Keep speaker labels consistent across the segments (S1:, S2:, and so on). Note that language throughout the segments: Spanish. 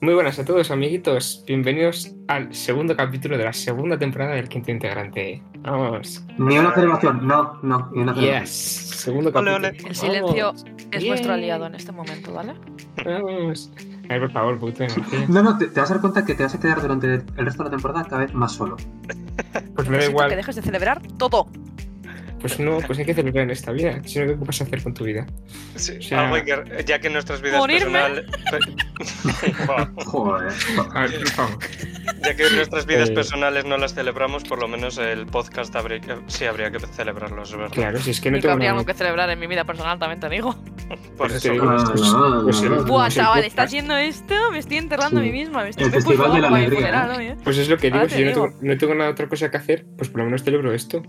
S1: Muy buenas a todos amiguitos, bienvenidos al segundo capítulo de la segunda temporada del Quinto Integrante. Vamos.
S2: Ni una celebración, no, no, ni una celebración.
S1: Yes, segundo
S3: Ole,
S1: capítulo.
S3: ole.
S4: El silencio es
S1: Yay.
S4: vuestro aliado en este momento, ¿vale?
S1: Vamos. Ay, por favor, puto energía.
S2: No, no, te, te vas a dar cuenta que te vas a quedar durante el resto de la temporada cada vez más solo.
S1: Pues me da
S4: Necesito Que
S1: igual.
S4: dejes de celebrar todo.
S1: Pues no, pues hay que celebrar en esta vida. Si no, ¿qué vas a hacer con tu vida?
S3: Sí,
S1: O sea-
S3: algo hay que- ya que nuestras vidas
S4: Morirme.
S3: personales. pe- Buah,
S2: Joder.
S1: A ver, por favor.
S3: ya que nuestras vidas
S1: Eh.
S3: personales no las celebramos, por lo menos el podcast habría que- sí habría que celebrarlo, es verdad.
S1: Claro, si es que no
S4: Y que
S1: tengo
S4: habría
S1: nada.
S4: algo que celebrar en mi vida personal, también te digo.
S3: Por
S1: Pues te
S3: eso.
S1: digo,
S2: Ah,
S1: pues-
S2: no,
S1: pues
S2: no,
S1: el-
S2: no.
S4: Buah,
S1: pues el
S4: chaval,
S1: podcast.
S4: ¿estás haciendo esto? Me estoy enterrando a
S2: Sí.
S4: mí misma. Me estoy
S2: El
S4: me he
S2: Festival
S4: puesto
S2: de la
S4: guapa para mi
S2: Alegría,
S4: funeral hoy, ¿eh?
S1: Pues es lo que digo,
S4: Ahora
S1: si
S4: te
S1: yo no
S4: digo.
S1: tengo, no tengo nada otra cosa que hacer, pues por lo menos celebro esto.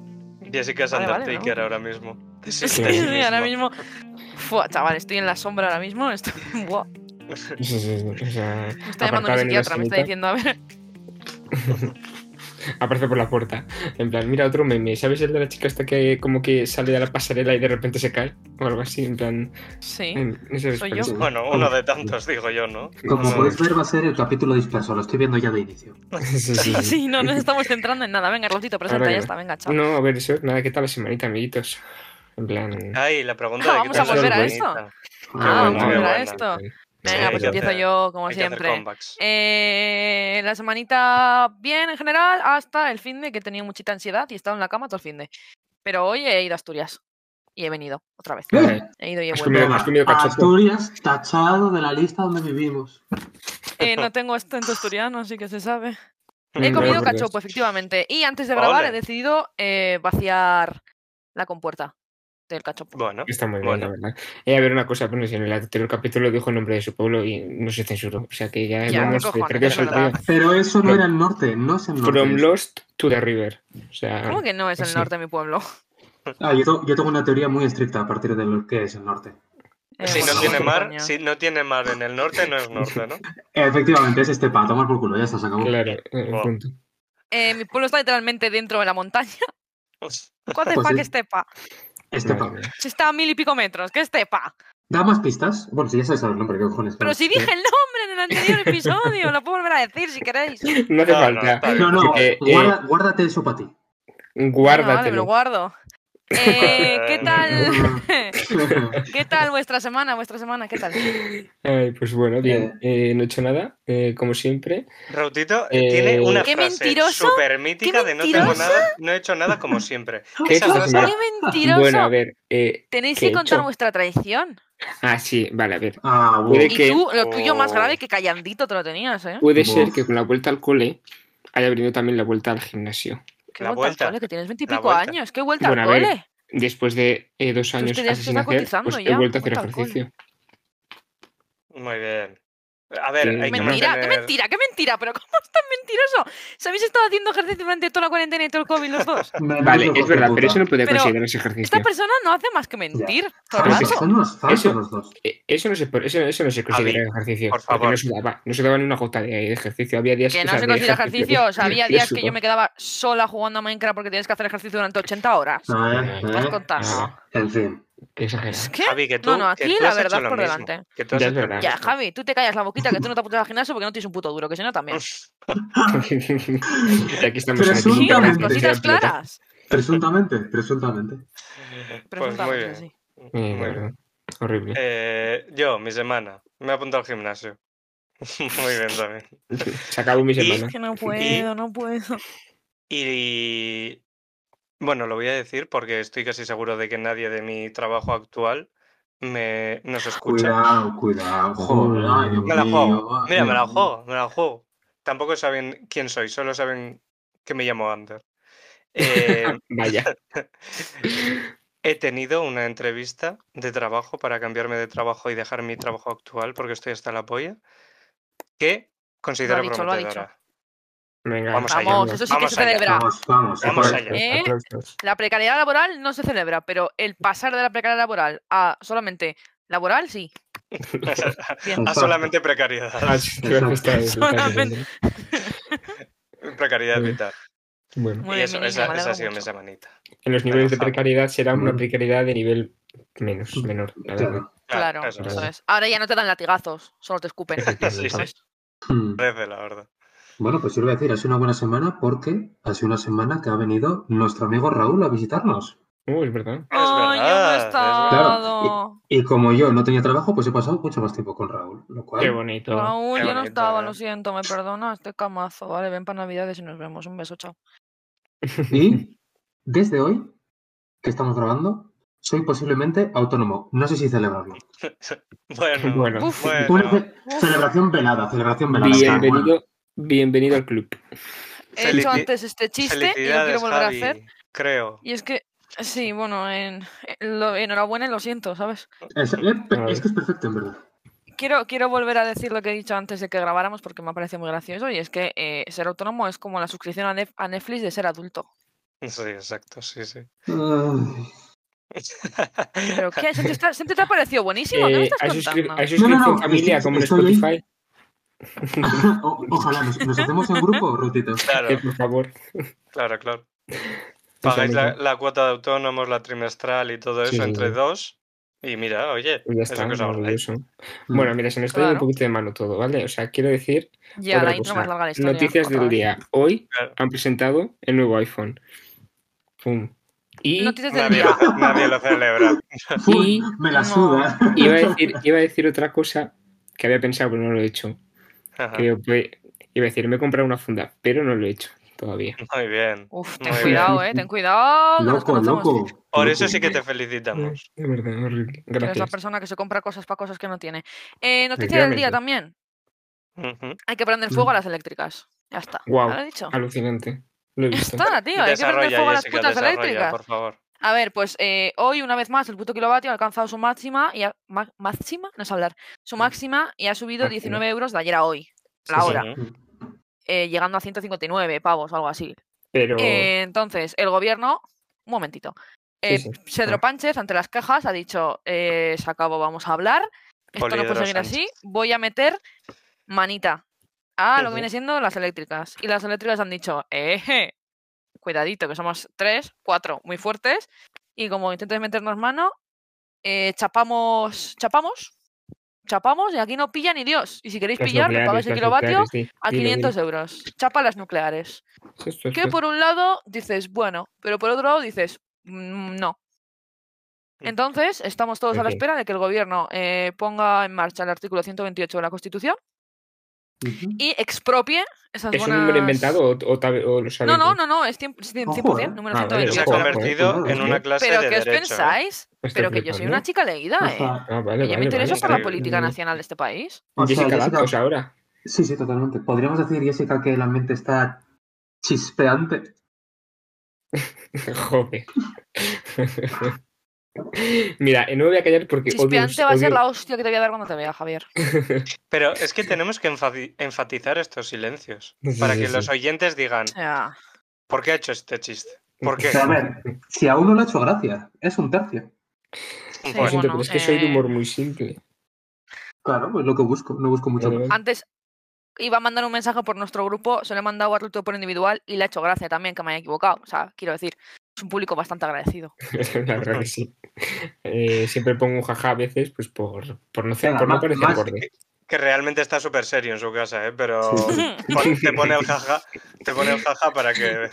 S3: Y así que es
S4: Vale, vale,
S3: Undertaker ahora mismo. De sí-
S1: Sí,
S3: de sí
S4: Sí, ahora
S3: mismo.
S4: mismo. Fua, chaval, estoy en la sombra ahora mismo. Estoy... Buah,
S1: O sea,
S4: me está llamando mi
S1: aparcado en una
S4: psiquiatra, me
S1: esquinita.
S4: está diciendo, a ver,
S1: aparece por la puerta. En plan, mira otro meme. ¿Sabes el de la chica esta que como que sale de la pasarela y de repente se cae? O algo así, en plan.
S4: sí.
S1: en- no sé,
S4: Soy
S1: pero
S4: yo.
S1: sí.
S3: Bueno, uno de tantos, digo yo, ¿no?
S2: Como
S1: Sí.
S2: podéis ver, va a ser el capítulo disperso, lo estoy viendo ya de inicio.
S1: Sí, sí, sí.
S4: Sí, no nos estamos centrando en nada. Venga, Rosito, presenta,
S1: Ahora
S4: ya
S1: que-
S4: está, venga, chao.
S1: No, a ver, eso, nada, ¿qué tal la semanita, amiguitos? En plan.
S3: Ay, la pregunta
S4: Ah,
S3: de
S4: vamos
S3: qué
S1: a
S3: tal
S1: volver a
S3: es bonita.
S4: Ah,
S3: bueno,
S4: vamos a volver a
S3: bueno.
S4: esto.
S3: hay
S4: Venga, pues
S3: que
S4: empiezo
S3: hacer-
S4: yo, como
S3: Hay que hacer
S4: siempre.
S3: comebacks.
S4: Eh, la semanita bien en general hasta el fin de que he tenido muchita ansiedad y he estado en la cama todo el fin de. Pero hoy he ido a Asturias y he venido otra vez.
S1: Vale.
S4: He ido y he
S1: Has
S4: vuelto.
S1: comido- has comido cachopo.
S2: Asturias tachado de la lista donde vivimos.
S4: Eh, no tengo acento asturiano, así que se sabe. He
S1: Mm,
S4: comido
S1: bueno, pues,
S4: cachopo, efectivamente. Y antes de grabar he
S3: Ole.
S4: decidido eh, vaciar la compuerta del cachopo.
S3: Bueno,
S1: Está muy bien,
S3: Bueno.
S1: la verdad. Eh, a ver, una cosa, bueno, si en el anterior capítulo dijo el nombre de su pueblo y no se censuró. O sea que ya, eh,
S4: Ya,
S1: vamos
S4: ¿qué
S1: de
S4: cojones?
S1: perdidos
S4: Es
S1: al río.
S4: verdad.
S2: Pero eso no
S1: Pero-
S2: era el norte, no es el norte.
S1: From Lost to the River. O sea.
S4: ¿Cómo que no es el
S1: sí.
S4: norte de mi pueblo?
S2: Ah, yo, to- yo tengo una teoría muy estricta a partir de lo que es el norte.
S4: Eh,
S3: si
S4: bueno,
S3: no tiene
S4: coño.
S3: mar, si no tiene mar en el norte, no es norte, ¿no?
S2: Efectivamente, es estepa, tomar por culo, ya está, se acabó.
S1: Claro, eh,
S3: Wow.
S1: punto.
S4: Eh, mi pueblo está literalmente dentro de la montaña. ¿Cuál
S2: Pues sí.
S4: que estepa?
S2: Estepa.
S1: Madre mía.
S4: Si está a mil y pico metros, ¿qué estepa?
S2: Este ¿Da más pistas? Bueno, si ya sabes el nombre, ¿qué cojones?
S4: Pero si dije el nombre en el anterior episodio, lo puedo volver a decir si queréis.
S1: No hace
S3: No, no,
S1: falta.
S3: está bien.
S2: No, no,
S1: Eh, eh,
S2: guarda- guárdate eso para ti.
S4: Bueno, Ah, vale, me
S1: Guárdatelo.
S4: lo guardo. Eh, ¿Qué tal?
S2: Eh,
S4: ¿Qué tal vuestra semana? ¿Vuestra semana? ¿Qué tal?
S1: Ay, pues bueno, bien. Eh, no he hecho nada, eh, como siempre.
S3: Rautito
S1: Eh,
S3: tiene una
S4: Qué
S3: frase
S4: mentiroso,
S3: súper mítica
S4: qué
S3: de no tengo
S4: mentiroso.
S3: nada, no he hecho nada como siempre.
S1: ¿Qué
S3: Esa
S1: cosa
S3: frase-
S1: me-
S4: ¡Qué mentiroso!
S1: Bueno, a ver. eh,
S4: Tenéis
S1: ¿qué
S4: que
S1: he
S4: contar
S1: hecho?
S4: vuestra traición.
S1: Ah, sí, vale, a ver.
S2: Ah,
S1: Puede
S2: bueno.
S1: que-
S4: Y tú, lo tuyo más
S3: Oh.
S4: grave que callandito te lo tenías, ¿eh?
S1: Puede
S2: Uf.
S1: ser que con la vuelta al cole haya venido también la vuelta al gimnasio.
S4: Qué
S3: la
S4: vuelta,
S3: vuelta.
S4: al cole, que tienes
S3: La
S4: veintipico
S3: vuelta.
S4: años. ¿Qué vuelta
S1: Bueno, a
S4: al
S1: ver,
S4: cole?
S1: Después de eh, dos años
S4: que ya se
S1: casi sin
S4: está
S1: hacer,
S4: cotizando
S1: pues he
S4: ya,
S1: vuelto a hacer
S4: vuelta al cole.
S1: ejercicio.
S3: Muy bien. A ver,
S1: Sí,
S3: hay que
S1: no.
S4: Mentira, qué
S3: mantener-
S4: mentira, qué mentira, pero ¿cómo es tan mentiroso? ¿Se habéis estado haciendo ejercicio durante toda la cuarentena y todo el COVID los dos?
S2: Me-
S1: Vale,
S2: me-
S1: es verdad, pero eso no puede
S4: Pero
S1: considerarse ejercicio.
S4: Esta persona no hace más que mentir.
S2: Pero
S4: todo el
S1: Claro
S2: que
S4: rato.
S2: son unos
S1: Eso-
S2: falsos los dos.
S1: Eh, Eso no se, por- eso, eso no se considera ejercicio.
S3: por
S1: porque
S3: favor.
S1: No se, daba, no se daba ni una gota de ejercicio. Había días
S4: Que
S1: o
S4: no
S1: sea,
S4: se
S1: de
S4: considera ejercicio. O sea, había
S1: de
S4: días que yo
S1: sudor.
S4: me quedaba sola jugando a Minecraft porque tienes que hacer ejercicio durante 80 horas.
S2: Eh,
S1: Estás
S4: ¿Estás
S2: eh,
S4: contando?
S2: En fin.
S1: Ah, Qué exagerado.
S4: Es que.
S3: Javi, que tú,
S4: No, no,
S3: que
S4: aquí
S3: tú
S4: la
S3: has hecho
S4: verdad
S3: lo
S4: por
S3: mismo,
S4: delante.
S3: que tú has
S1: Ya es
S3: hecho lo
S1: verdad.
S4: Ya,
S3: mismo.
S4: Javi, tú te callas la boquita que tú no te apuntas al gimnasio porque no tienes un puto duro, que si no también.
S3: Pues
S1: y aquí estamos
S2: Pero
S1: en
S2: es
S1: el
S2: un
S4: Sí,
S1: quinto
S4: las
S2: Presuntamente.
S4: cositas
S1: capítulo.
S4: claras.
S2: Presuntamente, presuntamente.
S3: Pues muy
S4: Presuntamente,
S3: bien.
S4: sí.
S1: Eh,
S3: Muy bien.
S1: bueno, horrible.
S3: Eh, yo, mi semana. Me he apuntado al gimnasio. Muy bien también.
S1: Se acabó mi
S3: Eh, Y-
S1: semana.
S4: Es que no puedo, no puedo.
S3: Y bueno, lo voy a decir porque estoy casi seguro de que nadie de mi trabajo actual me nos escucha.
S2: Cuidado, cuidado. Joder,
S1: eh,
S2: ay, Dios
S3: Me la
S2: mío,
S3: juego.
S2: va,
S3: Mira, me la juego, me la juego. Tampoco saben quién soy, solo saben que me llamo Ander. Eh,
S1: Vaya.
S3: he tenido una entrevista de trabajo para cambiarme de trabajo y dejar mi trabajo actual porque estoy hasta la polla, que considero
S4: dicho, lo ha dicho.
S3: prometedora.
S1: Venga,
S3: Vamos allá.
S4: Vamos, eso sí que
S3: Vamos
S4: se
S3: allá.
S4: celebra.
S2: Vamos, vamos.
S3: Vamos
S2: por-
S3: allá.
S4: ¿Eh?
S1: Aplausos.
S4: La precariedad laboral no se celebra, pero el pasar de la precariedad laboral a solamente laboral, sí. Bien.
S3: A solamente precariedad.
S1: Ah, sí, te iba a hacer esta-
S4: Solamente.
S3: Precariedad
S1: Mm.
S3: vital.
S1: Bueno,
S4: Muy
S3: y
S4: bien,
S3: eso,
S4: mi niña,
S3: esa,
S4: me
S3: esa
S4: alegro
S3: ha sido mi
S4: mucho.
S3: semanita.
S1: en los niveles de
S3: Relajado.
S1: precariedad será una
S2: Mm.
S1: precariedad de nivel menos, menor, la verdad.
S2: Claro.
S4: Claro,
S3: eso es.
S4: eso es. Ahora ya no te dan latigazos, solo te escupen.
S1: Efectivamente.
S3: Sí, sí.
S2: Hmm.
S3: 13, la verdad.
S2: Bueno, pues yo le voy a decir, ha sido una buena semana porque hace una semana que ha venido nuestro amigo Raúl a visitarnos.
S1: Uh, es verdad.
S4: Ay, yo no he
S3: verdad, es verdad.
S4: estado.
S2: Y como yo no tenía trabajo, pues he pasado mucho más tiempo con Raúl, lo
S1: Qué
S2: cual
S1: bonito.
S4: Raúl,
S3: Qué
S4: yo no
S3: bonito,
S4: estaba,
S3: ¿eh?
S4: lo siento, me perdona, este camazo. Vale, ven para Navidades y nos vemos. Un beso, chao.
S2: Y desde hoy, que estamos grabando, soy posiblemente autónomo. No sé si celebrarlo.
S3: Bueno,
S1: Bueno.
S4: Uf.
S2: Una
S3: bueno.
S2: ce- celebración velada, celebración velada. Bueno,
S1: Bienvenido, bienvenido al club.
S4: He hecho
S3: Felici-
S4: antes este chiste y lo quiero
S3: Felicidades,
S4: volver a
S3: Javi,
S4: hacer.
S3: Creo.
S4: Y es que, sí, bueno, en, en lo- enhorabuena y lo siento, ¿sabes?
S2: es, es pe- es que es perfecto, en verdad.
S4: Quiero, quiero volver a decir lo que he dicho antes de que grabáramos porque me ha parecido muy gracioso y es que eh, ser autónomo es como la suscripción a, Nef- a Netflix de ser adulto.
S3: Sí, exacto, sí, sí.
S2: Ay.
S4: ¿Pero qué? ¿Se te, está- se te ha parecido buenísimo? ¿Qué me
S1: Eh,
S4: estás
S1: ¿Hay, suscri-
S4: contando?
S1: hay suscripción
S2: No, no, no,
S1: familia
S2: estoy-
S1: como en
S2: estoy ahí.
S1: Spotify?
S2: O- ojalá, nos, nos hacemos en grupo, Rutito.
S3: Claro,
S1: Eh, por favor.
S3: claro, claro. Pagáis la, la cuota de autónomos, la trimestral y todo eso
S1: Sí, sí,
S3: entre
S1: sí.
S3: dos. Y mira, oye,
S1: Ya
S3: es lo
S1: está,
S3: que os ¿eh? ahorráis.
S1: maravilloso. Bueno, mira, se me está yendo
S4: Claro.
S1: un poquito de mano todo, ¿vale? O sea, quiero decir
S4: Ya,
S1: otra
S4: la intro
S1: cosa.
S4: más larga de la historia.
S1: noticias
S4: otra
S1: del
S4: vez.
S1: día. Hoy
S3: Claro.
S1: han presentado el nuevo iPhone. Pum. Y
S4: Noticias del
S3: Nadie
S4: Pues día.
S3: lo, nadie lo celebra.
S1: Y-
S2: Uy, me la
S4: no.
S2: suda.
S1: iba a decir, iba a decir otra cosa que había pensado, pero no lo he hecho.
S3: Ajá,
S1: Que yo, pues, iba a decir, me he comprado una funda, pero no lo he hecho todavía.
S3: Muy bien.
S4: Uf,
S3: Muy
S4: ten
S3: bien.
S4: cuidado, eh, ten cuidado. que nos
S2: Loco,
S4: conocemos.
S2: loco.
S3: Por
S2: loco.
S3: eso sí que te felicitamos.
S1: Es verdad, horrible.
S4: Que eres la
S1: Gracias.
S4: persona que se compra cosas para cosas que no tiene. Eh, noticia del día
S1: Efectivamente.
S4: también.
S3: Ujú.
S4: Hay que prender fuego a
S2: Mm.
S4: las eléctricas. Ya está. ya
S1: Guau. Ah,
S4: lo he dicho.
S1: Alucinante. Lo he
S4: Ya
S1: visto.
S4: está, tío. Hay que prender fuego
S3: Desarrolla,
S4: a las
S3: Jessica,
S4: putas
S3: desarrolla,
S4: eléctricas.
S3: por favor.
S4: A ver, pues eh, hoy una vez más el puto kilovatio ha alcanzado su máxima y ha, ma- máxima, no sé hablar, su máxima y ha subido
S1: Máxima.
S4: 19 euros de ayer a hoy,
S1: Sí,
S4: la
S1: sí.
S4: hora,
S3: Ujú.
S4: eh, llegando a 159 pavos, algo así.
S1: Pero
S4: Eh, entonces, el gobierno, un momentito,
S1: Sí,
S4: eh,
S1: sí,
S4: Pedro
S1: no.
S4: Pánchez ante las cajas ha dicho, eh, se acabó, vamos a hablar, esto no
S3: Polígono
S4: puede seguir
S3: Sánchez.
S4: así, voy a meter manita a lo que
S3: Ujú.
S4: viene siendo las eléctricas. Y las eléctricas han dicho, eh, cuidadito, que somos tres, cuatro muy fuertes, y como intentes meternos mano, eh, chapamos, chapamos, chapamos, y aquí no pilla ni Dios. Y si queréis
S1: Las
S4: pillar, le
S1: nucleares,
S4: pagáis el
S1: las
S4: kilovatio
S1: nucleares, di-
S4: a
S1: dilo, dilo.
S4: 500 euros. Chapa las nucleares.
S1: Esto, esto,
S4: Que
S1: esto.
S4: por un lado dices, bueno, pero por otro lado dices, "Mm, no.
S3: Mm.
S4: Entonces, estamos todos
S1: En
S4: a la
S1: fin.
S4: espera de que el gobierno eh, ponga en marcha el artículo 128 de la Constitución
S2: Ujú.
S4: y expropie esas
S1: ¿Es un
S4: buenas...
S1: número inventado o, o tal- o lo sabéis?
S4: No, no, no, no, es 100%, es cien-
S2: Ojo,
S4: 100%,
S2: eh.
S4: número
S1: Ah, vale,
S3: Se ha
S1: ojo,
S4: 128.
S1: ojo,
S3: convertido
S2: cuidado,
S3: en
S2: eh.
S3: una clase
S4: Pero
S3: de
S4: que os
S3: derecho. ¿eh?
S4: pensáis,
S1: Estoy
S4: pero que yo soy una
S1: flipando.
S4: chica leída,
S2: O
S4: ¿eh?
S2: sea,
S1: Ah, vale,
S4: Que
S1: vale,
S4: yo me
S1: vale,
S4: intereso por la
S1: vale.
S4: política nacional de este país.
S2: o sea,
S1: Jessica
S2: Jessica-
S1: Datos ahora.
S2: Sí, sí, totalmente. Podríamos decir, Jessica, que la mente está chispeante.
S1: Joder. Mira, eh, no me voy a callar porque odio,
S4: Chispeante va a ser
S1: odio-
S4: la hostia que te voy a dar cuando te vea, Javier.
S3: Pero es que tenemos que enfati- enfatizar estos silencios
S1: Sí,
S3: para
S1: sí,
S3: que
S1: sí.
S3: los oyentes digan,
S4: O sea,
S3: ¿por qué ha hecho este chiste? ¿Por qué?
S2: O sea, a ver, si aún no le ha hecho gracia, es un tercio.
S4: sí,
S1: Lo siento,
S4: bueno,
S1: pero es que soy de
S4: eh,
S1: humor muy simple.
S2: Claro, pues lo que busco, no busco mucho
S1: Vale,
S2: más.
S1: vale.
S4: antes iba a mandar un mensaje por nuestro grupo, se lo he mandado a Ruto por individual y le ha hecho gracia también que me haya equivocado. O sea, quiero decir, es un público bastante agradecido.
S1: La verdad que sí. Eh, siempre pongo un jaja a veces, pues por, por no, hacer-
S2: Venga,
S1: por no
S2: más-
S1: parecer
S2: más-
S1: gordo.
S3: Que realmente está súper serio en su casa, ¿eh? Pero
S2: Sí, sí.
S3: pon- te pone el jaja, te pone el jaja para que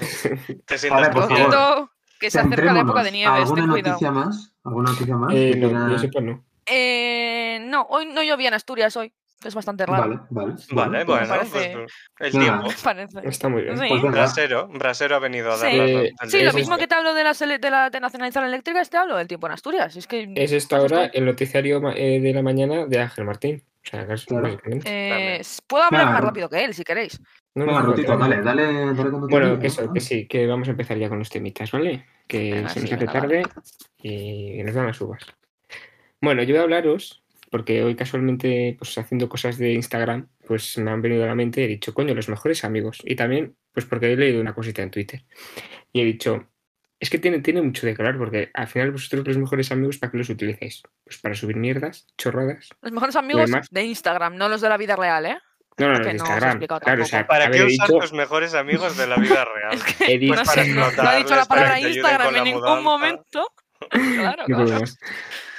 S3: te sientas
S2: ver, por favor.
S3: cómodo.
S4: Rutito, que se acerca la época de
S2: Centrémonos.
S4: nieves,
S2: ¿Alguna
S4: ten
S2: noticia
S4: cuidado.
S2: más? ¿Alguna noticia más?
S1: Eh,
S2: Que
S1: no,
S2: tenga-
S1: no sepa, no.
S4: Eh, no, hoy no llovía en Asturias hoy, que es bastante raro.
S2: Vale, vale.
S3: Vale,
S2: pues-
S3: bueno, pues,
S4: parece-
S3: el
S2: Nada.
S3: tiempo.
S4: Me parece.
S1: Está muy bien.
S4: Sí.
S2: pues venga.
S3: Brasero, Brasero ha venido a dar
S4: Sí.
S3: la razón
S1: Eh,
S3: del
S4: Sí, lo
S1: Entonces,
S3: tiempo.
S4: mismo
S1: este-
S4: que te hablo de la, sele- de la de nacionalizar la eléctrica, es te hablo del tiempo en Asturias. Es que
S1: Es esta
S4: Pues
S1: hora el noticiario ma- eh, de la mañana de Ángel Martín. O sea, casi-
S2: Claro.
S1: básicamente.
S4: eh,
S3: también.
S4: s- puedo hablar más
S2: Claro.
S4: rápido que él, si queréis.
S1: No, no,
S2: Venga,
S1: no,
S2: Rutito,
S1: claro.
S2: dale, dale, dale cuando
S1: Bueno,
S2: termine,
S1: que eso,
S2: ¿no?
S1: que sí, que vamos a empezar ya con los temitas, ¿vale? Que
S4: Venga,
S1: se nos
S4: sí,
S1: hace
S4: venga,
S1: tarde
S4: dale.
S1: y nos dan las uvas. Bueno, yo voy a hablaros, porque hoy casualmente, pues haciendo cosas de Instagram, pues me han venido a la mente y he dicho, coño, los mejores amigos. Y también, pues porque he leído una cosita en Twitter. Y he dicho, es que tiene, tiene mucho de claro, porque al final vosotros los mejores amigos, ¿para qué los utilizáis? Pues para subir mierdas, chorradas.
S4: Los mejores amigos
S1: demás-
S4: de Instagram, no los de la vida real, ¿eh?
S1: No, no, no,
S4: que
S1: de
S4: no os he
S1: Instagram.
S4: explicado
S1: Claro, o sea,
S3: ¿Para qué
S1: haber
S3: usar
S1: dicho,
S3: tus mejores amigos de la vida real?
S4: Es que
S1: he dicho-
S4: no,
S3: para
S4: sé, no, no ha dicho
S3: explotarles,
S4: la
S3: para que
S4: palabra
S3: te ayuden
S4: Instagram
S3: con
S4: en
S3: la
S4: ningún
S3: mudanza.
S4: momento. Claro,
S1: No puedo
S4: claro.
S1: más.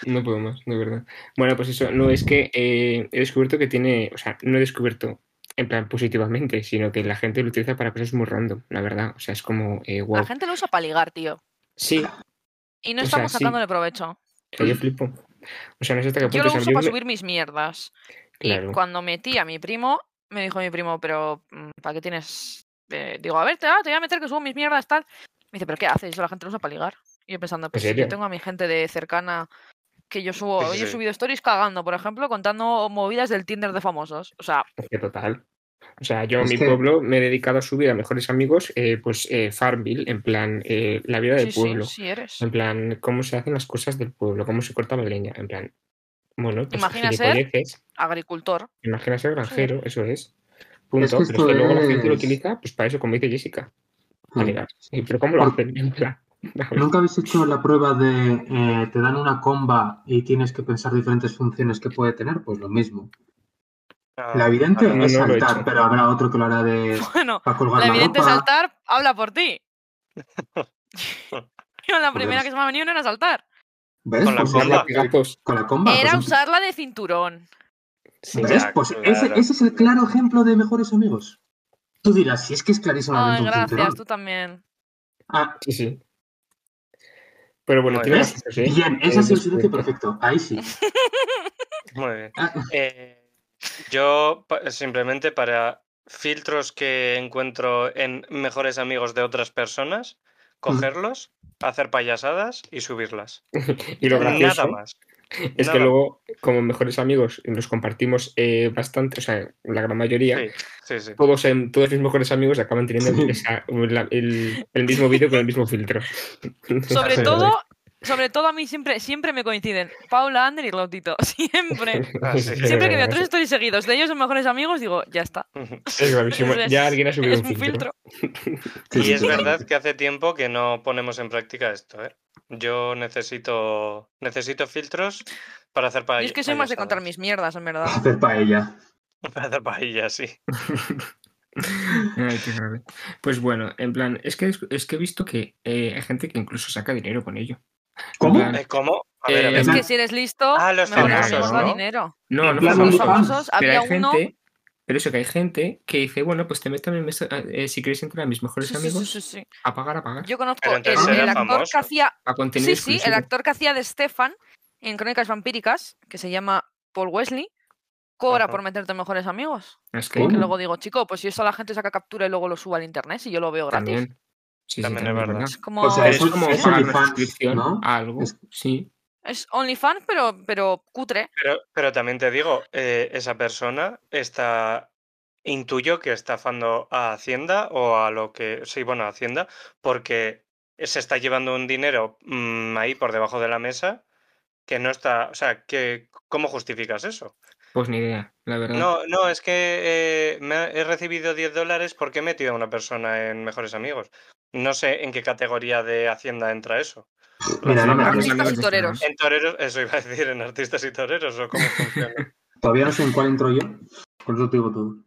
S1: No puedo más, de verdad. Bueno, pues eso, no es que eh, he descubierto que tiene, o sea, no he descubierto, en plan positivamente, sino que la gente lo utiliza para cosas muy random, la verdad. O sea, es como, eh, wow.
S4: La gente lo usa para ligar, tío.
S1: Sí,
S4: Y no
S1: O sea,
S4: estamos
S1: sí.
S4: sacándole provecho.
S1: que yo flipo. O sea, no sé hasta qué punto.
S4: Yo lo
S1: o sea,
S4: uso para
S1: me-
S4: subir mis mierdas.
S1: Claro.
S4: Y cuando metí a mi primo, me dijo mi primo, pero mm, ¿para qué tienes? eh, digo, a ver, te, ah, te voy a meter que subo mis mierdas, tal. Me dice, ¿pero qué haces? Eso la gente lo usa para ligar. Y yo pensando, pues si yo
S1: serio?
S4: tengo a mi gente de cercana que yo subo,
S3: Sí, sí,
S4: yo he
S3: sí.
S4: subido stories cagando, por ejemplo, contando movidas del Tinder de famosos. O sea,
S1: Es que total. O sea, yo en
S2: Es
S1: mi
S2: que-
S1: pueblo me he dedicado a subir a mejores amigos, eh, pues eh, Farmville, en plan, eh, la vida del
S4: sí, sí,
S1: pueblo.
S4: sí eres.
S1: En plan, cómo se hacen las cosas del pueblo, cómo se corta la leña. En plan, bueno, pues
S4: Imagina ser-
S1: gilipolleces,
S4: Agricultor.
S1: imagina ser granjero, eso es. Punto.
S2: Es que
S1: pero es
S2: esto
S1: que luego la gente lo
S2: es-
S1: utiliza, pues para eso, como dice Jessica, para
S2: Mm.
S1: ligar. Sí, pero ¿cómo lo
S2: Por-
S1: hacen? En plan, a ver,
S2: ¿Nunca habéis hecho la prueba de eh, te dan una comba y tienes que pensar diferentes funciones que puede tener? Pues lo mismo.
S3: Ah,
S2: La evidente
S1: no,
S2: es
S1: no lo he
S2: saltar,
S1: hecho.
S2: pero habrá otro que lo hará de
S4: Bueno,
S2: para colgar
S4: la
S2: la,
S4: evidente
S2: ropa.
S4: saltar habla por ti. Yo la primera
S2: Dios.
S4: que se me ha venido no era saltar.
S2: ¿Ves?
S3: Con la
S2: Pues es
S3: comba.
S1: latigazos.
S2: con la comba.
S4: era
S2: pues es-
S4: usarla de cinturón.
S1: Sí.
S2: ¿Ves?
S3: Ya,
S2: Pues
S3: claro.
S2: ese, ese es el claro ejemplo de mejores amigos. Tú dirás, si es que es
S4: Ay,
S2: clarísimamente un
S4: Ah, gracias,
S2: Ah, cinturón.
S4: tú también.
S2: Ah,
S1: Sí, sí. Pero bueno,
S3: Muy
S4: Pues
S1: tiene
S2: bien.
S1: más cosas, ¿eh?
S2: bien,
S1: Eh,
S2: ese es el silencio
S1: descuento.
S2: perfecto. Ahí sí.
S3: Muy bien.
S2: Ah.
S3: Eh, yo pa- simplemente para filtros que encuentro en mejores amigos de otras personas,
S2: Mm.
S3: cogerlos, hacer payasadas y subirlas.
S1: Y lo gracioso,
S3: Nada más.
S1: Es que
S3: Nada.
S1: luego, como mejores amigos, nos compartimos eh, bastante, o sea, la gran mayoría.
S3: Sí, sí, sí.
S1: Todos, en, todos mis mejores amigos acaban teniendo
S2: Sí.
S1: esa- la- el, el mismo vídeo con el mismo filtro.
S4: Sobre
S2: Sí,
S4: todo, sobre todo a mí siempre, siempre me coinciden Paula, Ander y Glautito. Siempre.
S3: Ah, sí.
S4: Siempre que veo tres stories seguidos de ellos, son mejores amigos, digo, ya está.
S1: Es gravísimo.
S4: Es-
S1: Ya alguien ha subido
S4: Es
S1: un filtro.
S2: Sí,
S3: Y
S2: sí,
S3: es
S2: sí.
S3: verdad que hace tiempo que no ponemos en práctica esto, ¿eh? Yo necesito, necesito filtros para hacer
S4: Yo
S3: paella.
S4: es que soy más de contar mis mierdas, en verdad.
S2: Hacer paella.
S3: Para hacer paella, sí.
S1: Ay, qué grave. Pues bueno, en plan, es que, es que he visto que eh, hay gente que incluso saca dinero con ello.
S2: ¿Cómo?
S1: plan-
S3: Eh, ¿Cómo? A ver, a
S1: Eh,
S3: ver.
S4: Es que
S2: plan-
S4: si eres listo,
S3: Ah, los
S4: mejor
S1: famosos,
S4: amigos da
S1: ¿no?
S4: dinero.
S1: No, no,
S2: plan
S1: por
S2: OnlyFans.
S1: favor.
S4: famosos,
S1: Pero
S4: había
S1: hay
S4: uno.
S1: gente, pero eso que hay gente que dice, bueno, pues te meto a mi mesa, eh, si quieres entrar a mis mejores
S4: Sí, sí,
S1: amigos,
S4: sí, sí, sí.
S1: a pagar, a pagar,
S4: Yo conozco
S3: Pero
S4: el,
S3: entonces
S4: el
S2: era
S4: actor
S3: famoso.
S4: que hacía
S1: a contenido
S4: Sí, sí, el
S1: exclusivo.
S4: actor que hacía de Stefan en Crónicas Vampíricas, que se llama Paul Wesley, cobra
S3: Ajá.
S4: por meterte en mejores amigos.
S1: Es que
S2: Oh.
S4: Que luego digo, chico, pues si eso la gente saca captura y luego lo suba al internet, si yo lo veo gratis.
S1: también. Sí, sí,
S3: También es
S1: también es
S3: verdad.
S1: verdad.
S4: Es como.
S2: O sea,
S1: Pero
S4: es...
S1: es
S2: Eso-
S1: como
S2: eso
S1: pagar una
S2: OnlyFans,
S1: suscripción
S2: ¿no?
S1: a algo.
S2: Es-
S1: Sí.
S4: OnlyFans, pero, pero cutre.
S3: Pero, pero también te digo, eh, esa persona está, intuyo que está estafando a Hacienda o a lo que, sí, bueno, a Hacienda, porque se está llevando un dinero mm, ahí por debajo de la mesa que no está, o sea, que, ¿cómo justificas eso?
S1: Pues ni idea, la verdad.
S3: No, no, es que eh, me ha- he recibido 10 dólares porque he metido a una persona en Mejores Amigos. No sé en qué categoría de Hacienda entra eso.
S2: Mira, no me
S1: Mejores
S2: hables.
S4: Artistas
S1: amigos
S4: y
S1: de
S4: toreros.
S1: Ferran.
S3: En toreros, eso iba a decir, en artistas y toreros, o cómo funciona.
S2: Todavía no sé en cuál entro yo. Con eso te digo todo.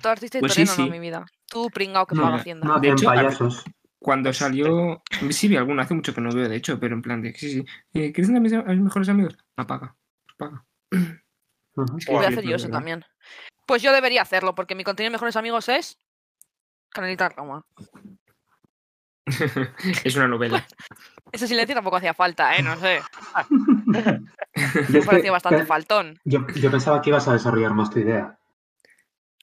S4: Todo artista y
S1: Pues sí,
S4: torero, no,
S1: sí.
S4: mi vida. Tú, pringao, que
S1: No,
S4: paga
S1: no,
S4: Hacienda.
S2: No,
S1: De
S2: en
S1: hecho, a-
S2: payasos.
S3: Pues,
S1: Cuando
S3: eh,
S1: salió, sí vi alguno, hace mucho que no veo, de hecho, pero en plan de, sí, sí. Eh, ¿Quieres ser a mis, a mis mejores amigos? Apaga, paga.
S2: Ujú.
S1: Es que
S4: Voy a
S1: sí,
S4: hacer
S1: es
S4: yo eso
S1: verdad.
S4: también. Pues yo debería hacerlo, porque mi contenido de mejores amigos es. Canelita Roma.
S1: es una novela.
S4: Ese silencio tampoco hacía falta, ¿eh? No sé.
S2: Yo,
S4: Me
S2: es
S4: parecía
S2: que-
S4: bastante
S2: pe-
S4: faltón.
S2: yo- yo pensaba que ibas a desarrollar más tu idea.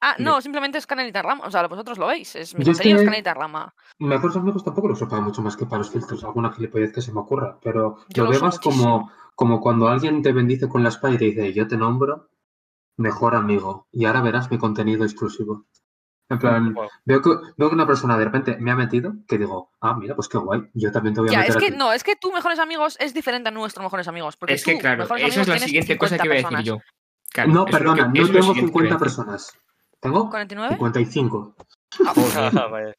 S4: Ah,
S1: Bien.
S4: no, simplemente es Canelita Rama. O sea, vosotros lo veis. Es, mi
S2: Yo es
S4: contenido es
S2: que-
S4: Canelita Rama.
S2: Mejores amigos tampoco lo sopa mucho más que para los filtros, alguna gilipollez que se me ocurra, pero lo
S4: Yo lo
S2: veo
S4: uso
S2: más como, como cuando alguien te bendice con la espada y te dice, yo te nombro mejor amigo y ahora verás mi contenido exclusivo. En plan,
S3: Guau.
S2: veo, que, veo que una persona de repente me ha metido que digo, ah, mira, pues qué guay, yo también te voy a
S4: Ya,
S2: meter
S4: es
S2: a
S4: que
S2: ti".
S4: no, es que tú, mejores amigos, es diferente a nuestro mejores amigos. Porque
S1: es que
S4: tú,
S1: claro,
S4: Mejores
S1: esa
S4: Amigos,
S1: es la
S4: tienes
S1: siguiente cosa que
S4: 50
S1: voy a decir
S4: personas.
S1: yo. Claro,
S2: No,
S1: eso es lo
S2: perdona,
S1: que-
S2: no
S1: eso es lo
S2: tengo
S1: siguiente que voy a
S2: 50
S1: decir.
S2: personas, tengo
S4: ¿49?
S2: 55.
S4: pues,
S1: Joder,
S2: pues
S3: Ah, vaya.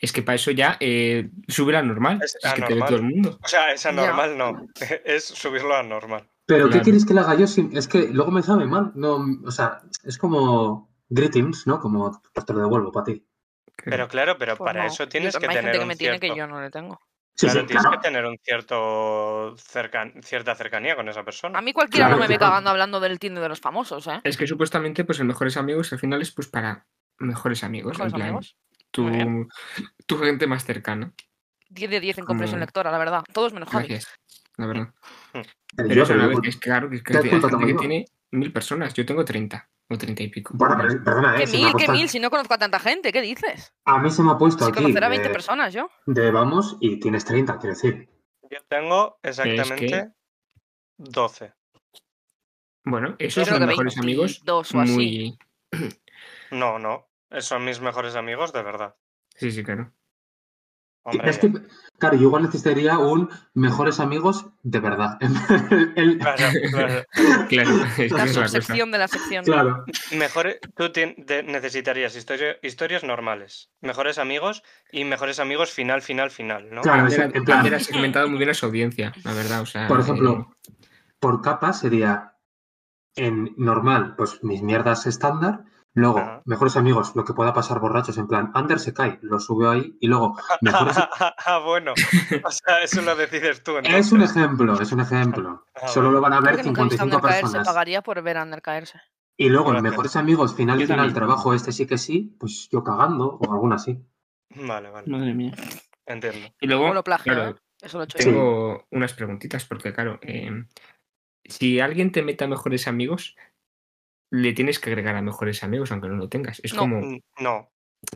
S1: es que para eso ya eh, sube la normal.
S3: Es
S1: Es, que te ve
S3: anormal.
S1: todo el mundo.
S3: O sea, es
S4: Ya.
S3: anormal, no. Es subirlo a normal.
S2: Pero
S1: Claro.
S2: ¿qué quieres que le haga yo? sin- Es que luego me sabe mal, no, o sea, es como greetings, ¿no? Como "Pues te lo devuelvo para ti.
S3: Pero claro, pero
S4: Pues
S3: para
S4: no.
S3: eso
S4: Yo
S3: tienes que
S4: también
S3: tener
S4: Hay gente que
S3: un
S4: me tiene que
S3: cierto-
S4: yo no le tengo.
S2: Sí,
S3: claro,
S2: sí,
S3: tienes
S2: claro.
S3: que tener un cierto cercan- cierta cercanía con esa persona.
S4: A mí cualquiera
S2: Claro,
S4: no me ve
S2: claro.
S4: cagando hablando del Tinder de los famosos, ¿eh?
S1: Es que supuestamente, pues, el mejores amigos al final es pues para mejores amigos.
S4: Con los
S1: en plan,
S4: amigos.
S1: Tu,
S4: Muy
S1: tu gente más cercana.
S4: 10 de 10 en comprensión
S1: Mm.
S4: lectora, la verdad. Todos menos Javi.
S1: Gracias. La verdad.
S2: Eh,
S1: Pero
S2: yo,
S1: eso, a la
S2: pero
S1: vez,
S2: yo-
S1: es claro que, que
S2: ¿Te das
S1: hay
S2: cuenta
S1: gente que
S2: tampoco?
S1: tiene mil personas. Yo tengo 30 o 30 y pico.
S2: Bueno, pero- perdona, eh,
S4: ¿Qué
S2: se me ha
S4: mil? ¿Qué
S2: puesto-
S4: mil? Si no conozco a tanta gente, ¿qué dices?
S2: A mí se me ha puesto
S4: Si
S2: aquí eh,
S4: conocerá a 20
S2: de,
S4: personas yo.
S2: de vamos y tienes 30, quiero decir.
S3: Yo tengo exactamente 12.
S1: Bueno, esos son
S4: Yo creo que
S1: los mejores amigos.
S4: 22 o así.
S1: Muy...
S3: No, no. Son mis mejores amigos, de verdad.
S1: Sí, sí, claro.
S3: Hombre,
S2: Es que, claro, yo igual necesitaría un mejores amigos de verdad. El-
S3: claro, claro.
S1: Claro, es que esa
S4: La
S1: es la cosa.
S4: subsección de la sección.
S2: claro,
S3: Mejores, eh, tú tien- de- necesitarías historia- historias normales, mejores amigos y mejores amigos final, final, final, ¿no?
S2: claro, es-
S1: Ander,
S2: en plan,
S1: Ander ha segmentado muy bien a su audiencia, la verdad. O
S3: Ah,
S1: sea,
S2: Por
S1: eh,
S2: ejemplo, por capa sería en normal, pues mis mierdas estándar. Luego,
S3: Ajá.
S2: mejores amigos, lo que pueda pasar borrachos, en plan, Ander se cae, lo subo ahí. Y luego, mejores.
S3: ah, bueno. O sea, eso lo decides tú. entonces.
S2: es un ejemplo, es un ejemplo.
S3: Ah,
S2: Solo lo van a
S4: Creo
S2: ver
S4: que nunca he visto a
S2: 55
S4: Ander caerse.
S2: personas.
S4: Pagaría por ver a Ander caerse.
S2: Y luego, en
S3: Gracias.
S2: mejores amigos, final,
S1: Yo
S2: final,
S1: también.
S2: trabajo, este sí que sí, pues yo cagando o alguna así.
S3: Vale, vale.
S1: Madre mía.
S3: Entiendo.
S1: eh, Y
S4: ¿Cómo
S1: luego,
S4: lo plagio?
S1: claro,
S4: eh? Eso lo he hecho yo.
S1: tengo unas preguntitas, porque claro, eh, si alguien te meta mejores amigos, le tienes que agregar a mejores amigos, aunque no lo tengas. Es
S4: No.
S1: como,
S3: N- No,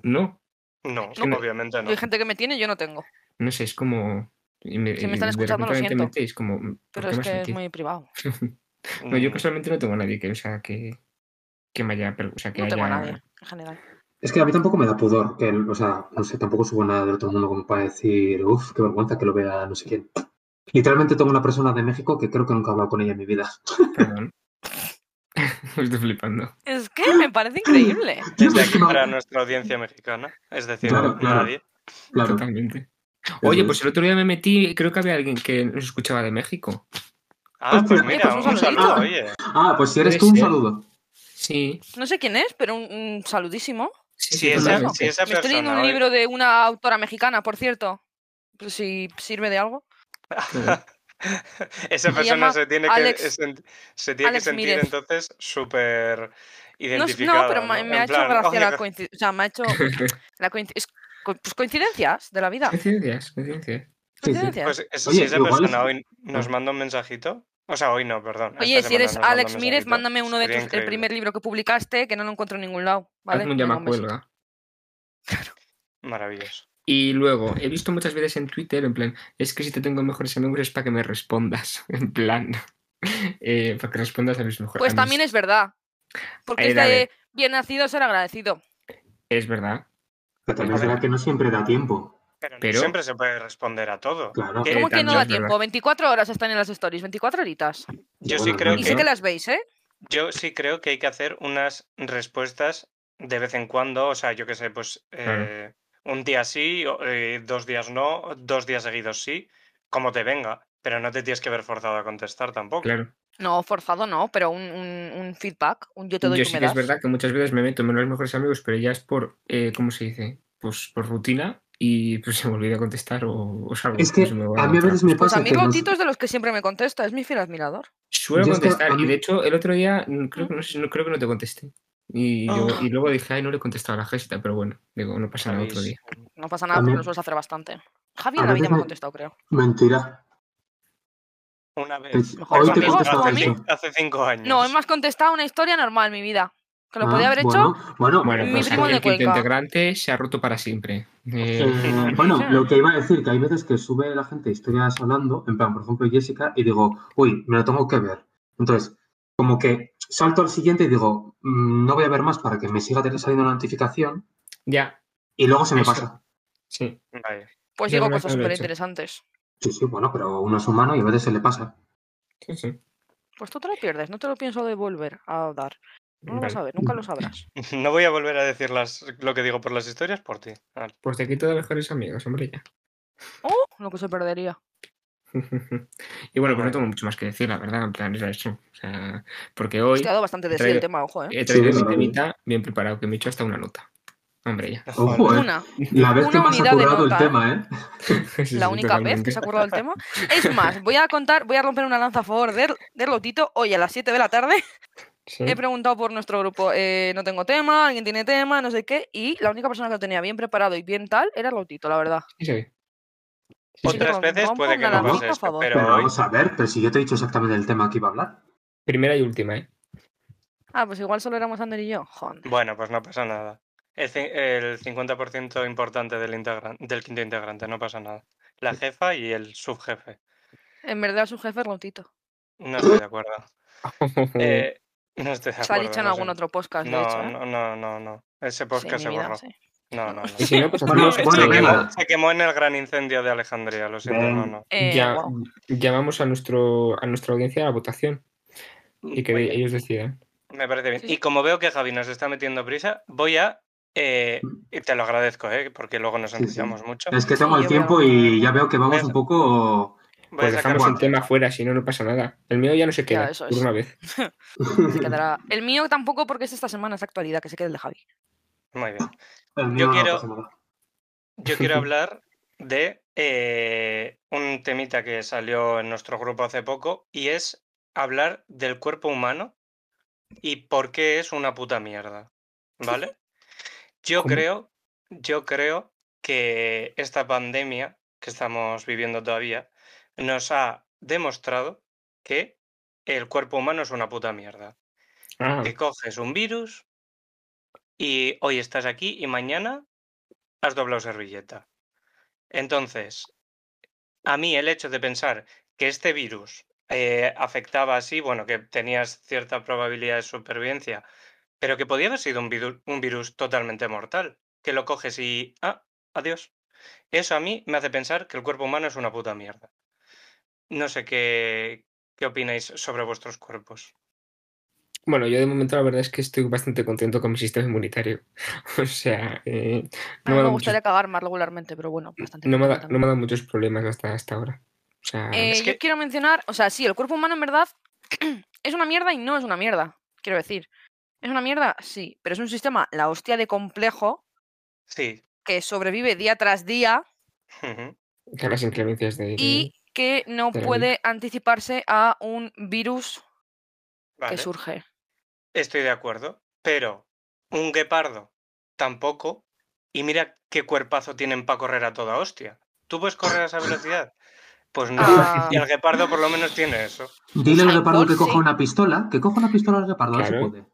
S1: no,
S3: no,
S1: que no-
S3: obviamente
S4: Yo
S3: no.
S4: Hay gente que me tiene, yo no tengo.
S1: no sé, es como... y me,
S4: Si
S1: y
S4: me están
S1: de
S4: escuchando, lo
S1: repente alguien te
S4: siento.
S1: mete y es como, ¿por
S4: Pero
S1: qué
S4: es
S1: me has
S4: que es
S1: metido?
S4: muy privado.
S1: No, yo
S3: Mm,
S1: personalmente no tengo a nadie que, o sea, que, que me haya... per- O sea, que
S4: No tengo a
S1: haya-
S4: nadie, en general.
S2: Es que a mí tampoco me da pudor, que, o sea, no sé, tampoco subo nada del otro mundo como para decir, uff, qué vergüenza que lo vea no sé quién. Literalmente tengo una persona de México que creo que nunca he hablado con ella en mi vida.
S1: Perdón. me estoy flipando.
S4: Es que me parece increíble.
S3: Desde
S2: Es
S3: aquí
S2: que no-
S3: para nuestra audiencia mexicana, es decir,
S2: Claro, claro.
S3: nadie.
S2: Claro.
S1: Totalmente. Oye, pues el otro día me metí, creo que había alguien que nos escuchaba de México.
S3: Ah, pues
S2: Oye,
S3: mira,
S4: pues un
S3: un saludo,
S2: saludito.
S3: oye.
S2: Ah, pues si eres
S1: Puede
S2: tú, un
S1: ser.
S2: saludo.
S1: Sí.
S4: No sé quién es, pero un, un saludísimo.
S1: Sí,
S3: Si esa,
S1: totalmente.
S3: si esa
S4: Me estoy leyendo
S3: persona.
S4: un
S3: oye-
S4: libro de una autora mexicana, por cierto. Pues si sirve de algo.
S1: Claro.
S3: Esa
S4: Se
S3: persona
S4: llama
S3: se tiene que,
S4: Alex-
S3: sen- se tiene que
S4: Alex
S3: sentir
S4: Mírez.
S3: entonces súper
S4: No,
S3: identificada.
S4: no, pero me,
S3: En
S4: me ha hecho
S3: plan,
S4: gracia
S3: oye,
S4: la coincidencia. O sea, me ha hecho la coinci- es co- pues coincidencias de la vida.
S1: Coincidencias, coincidencias.
S2: Sí, sí.
S4: Coincidencias.
S3: pues es-
S2: Oye,
S3: si esa
S2: igual es-
S3: persona hoy nos manda un mensajito. O sea, hoy no, perdón.
S4: Oye,
S3: esta
S4: si eres
S3: semana nos manda
S4: Alex
S3: un
S4: Mírez,
S3: mensajito,
S4: mándame uno de
S3: sería
S4: tus, el
S3: increíble.
S4: primer libro que publicaste, que no lo encuentro en ningún lado, ¿vale?
S1: Hazme un
S4: Venga, un besito.
S1: llamacuelga.
S3: Maravilloso.
S1: Y luego, he visto muchas veces en Twitter, en plan, es que si te tengo mejores amigos es para que me respondas. En plan, eh, para que respondas a mis mejores
S4: Pues también es verdad. Porque
S1: Eh,
S4: es de
S1: dale.
S4: bien nacido ser agradecido.
S1: Es verdad. A
S2: Pero también
S1: ver.
S2: será que no siempre da tiempo.
S3: Pero, no
S1: Pero-
S3: siempre se puede responder a todo.
S2: Claro.
S3: Que-
S4: ¿Cómo que
S1: también
S4: no da
S1: es verdad.
S4: tiempo? 24 horas están en las stories, 24 horitas.
S3: Yo
S2: Bueno,
S3: sí creo
S2: ¿no?
S4: Y
S3: que
S4: sé que las veis, ¿eh?
S3: Yo sí creo que hay que hacer unas respuestas de vez en cuando, o sea, yo qué sé, pues
S1: Claro.
S3: eh, un día sí, o, eh, dos días no, dos días seguidos sí, como te venga, pero no te tienes que ver forzado a contestar tampoco.
S1: Claro.
S4: No, forzado no, pero un, un- un feedback, un yo te doy
S1: Yo
S4: tú
S1: sí
S4: me
S1: que es
S4: das.
S1: verdad que muchas veces me meto en los mejores amigos, pero ya es por, eh, ¿cómo se dice? Pues por rutina y pues se me olvida contestar o, o salgo.
S2: Es que
S1: pues, me voy
S2: a mí a
S1: otra.
S2: veces me
S4: Pues
S2: pasa
S4: a mí
S2: que. nos-
S4: Gautito es de los que siempre me contesta, es mi fiel admirador.
S1: Suelo
S2: Yo es que
S1: contestar
S2: a
S1: y
S2: mí-
S1: de hecho el otro día mm, creo que no, sé, no- creo que no te contesté. Y, yo-
S3: Ah.
S1: y luego dije, ay, no le he contestado a la gesta, pero bueno, digo, no pasa nada otro
S3: Habéis-
S1: día.
S4: No pasa nada
S2: A mí-
S4: porque lo sueles hacer bastante. Javi
S2: A
S4: en la vida
S2: veces
S4: me ha
S2: me-
S4: contestado, creo.
S2: Mentira.
S3: Una vez.
S2: Pues, Hoy
S4: te
S3: Cuando-
S4: he contestado
S3: hace,
S4: a mí.
S3: cin- hace cinco años.
S4: No, me has contestado una historia normal, mi vida. Que lo
S2: Ah,
S4: podía haber hecho.
S2: bueno, Bueno,
S1: Bueno,
S4: Mi
S1: pues
S4: primo
S1: el
S4: de
S1: quinto
S4: Cuenca.
S1: integrante se ha roto para siempre. Eh,
S2: Eh, bueno, lo que iba a decir, que hay veces que sube la gente historias hablando, en plan, por ejemplo, Jessica, y digo, uy, me lo tengo que ver. Entonces, como que salto al siguiente y digo, "Mm, no voy a ver más para que me siga saliendo la notificación,
S1: ya,
S2: y luego se me
S1: Eso.
S2: pasa.
S1: sí.
S3: Vaya.
S4: Pues
S1: Yo
S4: digo
S1: creo que
S4: cosas
S1: lo he
S4: súper
S1: hecho.
S4: interesantes.
S2: Sí, sí, bueno, pero uno es humano y a veces se le pasa.
S1: sí, sí.
S4: Pues tú te lo pierdes, no te lo pienso devolver a dar. No lo vas
S1: Vale.
S4: a ver, nunca lo sabrás.
S3: No voy a volver a decir las, lo que digo por las historias por ti. Ah,
S1: Pues te quito de mejores amigos, hombre, ya.
S4: ¡Oh! Lo que se perdería.
S1: y bueno, pues no tengo mucho más que decir, la verdad, en plan, es eso. O sea, porque hoy
S4: Te ha dado bastante de sí
S1: traigo-
S4: el tema, ojo, ¿eh?
S1: he traído mi
S2: Sí, la verdad.
S1: temita bien preparado, que me he hecho hasta una nota. Hombre, ya.
S2: Ojo, eh.
S4: Una.
S2: La vez que
S4: Una
S2: más ha
S4: unidad de
S2: currado el
S4: nota, ¿eh?
S2: tema, ¿eh?
S1: Sí, sí,
S4: la única vez
S1: totalmente.
S4: que se ha currado el tema. Es más, voy a contar, voy a romper una lanza a favor del, del lotito. Hoy a las 7 de la tarde
S1: Sí.
S4: he preguntado por nuestro grupo, eh, no tengo tema, alguien tiene tema, no sé qué, y la única persona que lo tenía bien preparado y bien tal era el lotito, la verdad.
S1: Sí, se ve. Sí, sí.
S4: Otra-
S3: Otras
S4: Rompo
S3: veces
S4: una
S3: puede que no
S2: lanza,
S3: pase
S4: por
S3: esto,
S4: favor.
S2: Pero
S3: pero hoy
S2: vamos a ver, pero si yo te he dicho exactamente el tema que iba a hablar.
S1: Primera y última, ¿eh?
S4: Ah, pues igual solo éramos Ander y yo. Joder.
S3: Bueno, pues no pasa nada. El, ci- el 50% importante del, integra- del quinto integrante, no pasa nada. La jefa y el subjefe.
S4: En verdad su jefe es lotito.
S3: No estoy de acuerdo. Eh, no estoy de acuerdo.
S4: Se ha dicho en
S3: lo
S4: algún
S3: siento.
S4: otro podcast, de
S3: No,
S4: hecho. ¿eh? Pues
S3: no, no, no, no. Ese
S4: Sí,
S3: podcast
S4: mi
S3: se
S4: vida,
S3: borró.
S4: sí.
S3: No, no, no.
S1: y si no, pues
S2: Bueno,
S1: hacemos-
S2: bueno,
S3: se,
S2: venga.
S3: quemó, se quemó en el gran incendio de Alejandría, lo siento, no,
S2: Ven.
S3: no.
S4: Eh,
S1: ya-
S4: guau.
S1: llamamos a, nuestro, a nuestra audiencia a la votación y que
S3: Oye,
S1: ellos decidan.
S3: Me parece bien.
S4: Sí,
S3: Y
S4: sí.
S3: como veo que Javi nos está metiendo prisa, voy a... eh, y te lo agradezco, eh, porque luego nos
S2: Sí, sí.
S3: entusiasmamos mucho.
S2: Es que tengo
S4: Sí,
S2: el
S4: yo
S2: tiempo
S4: veo-
S2: y ya veo que vamos un poco.
S3: Voy a
S1: Pues
S3: sacar
S1: dejamos el
S3: guante.
S1: tema fuera, si no, no pasa nada. El mío ya no se queda,
S4: eso
S1: por
S4: es.
S1: una vez.
S4: Se quedará- El mío tampoco porque es esta semana, es actualidad, que se quede el de Javi.
S3: Muy bien.
S2: El mío
S3: Yo
S2: no
S3: quiero-
S2: pasa nada.
S3: Yo quiero hablar de eh, un temita que salió en nuestro grupo hace poco y es hablar del cuerpo humano y por qué es una puta mierda. ¿Vale? Yo
S1: ¿Cómo?
S3: creo, yo creo que esta pandemia que estamos viviendo todavía nos ha demostrado que el cuerpo humano es una puta mierda
S1: Ah,
S3: que coges un virus y hoy estás aquí y mañana has doblado servilleta. Entonces, a mí el hecho de pensar que este virus eh, afectaba así, bueno, que tenías cierta probabilidad de supervivencia, pero que podía haber sido un virus, un virus totalmente mortal, que lo coges y... Ah, adiós. Eso a mí me hace pensar que el cuerpo humano es una puta mierda. No sé qué, qué opináis sobre vuestros cuerpos.
S1: Bueno, yo de momento la verdad es que estoy bastante contento con mi sistema inmunitario. O sea, eh, no, me ha
S4: A mí me
S1: dado
S4: gustaría cagar más regularmente, pero bueno, bastante.
S1: muchos, no me ha
S4: contenta
S1: da- no me ha dado muchos problemas hasta, hasta ahora. O sea,
S4: Eh,
S3: Es que-
S4: Yo quiero mencionar, o sea, sí, el cuerpo humano en verdad es una mierda y no es una mierda, quiero decir. Es una mierda, sí, pero es un sistema, la hostia de complejo,
S3: Sí.
S4: que sobrevive día tras día
S3: ujú.
S1: ya las inclemencias de...
S4: y que no
S1: Pero-
S4: puede anticiparse a un virus
S3: Vale,
S4: que surge.
S3: Estoy de acuerdo, pero un guepardo tampoco. Y mira qué cuerpazo tienen para correr a toda hostia. ¿Tú puedes correr a esa velocidad? Pues no.
S4: Ah.
S3: Y el guepardo por lo menos tiene eso.
S2: Dile al
S4: Ay,
S2: guepardo que
S4: Paul, sí.
S2: coja una pistola. Que coja una pistola al guepardo, ahora se
S1: Claro.
S2: puede.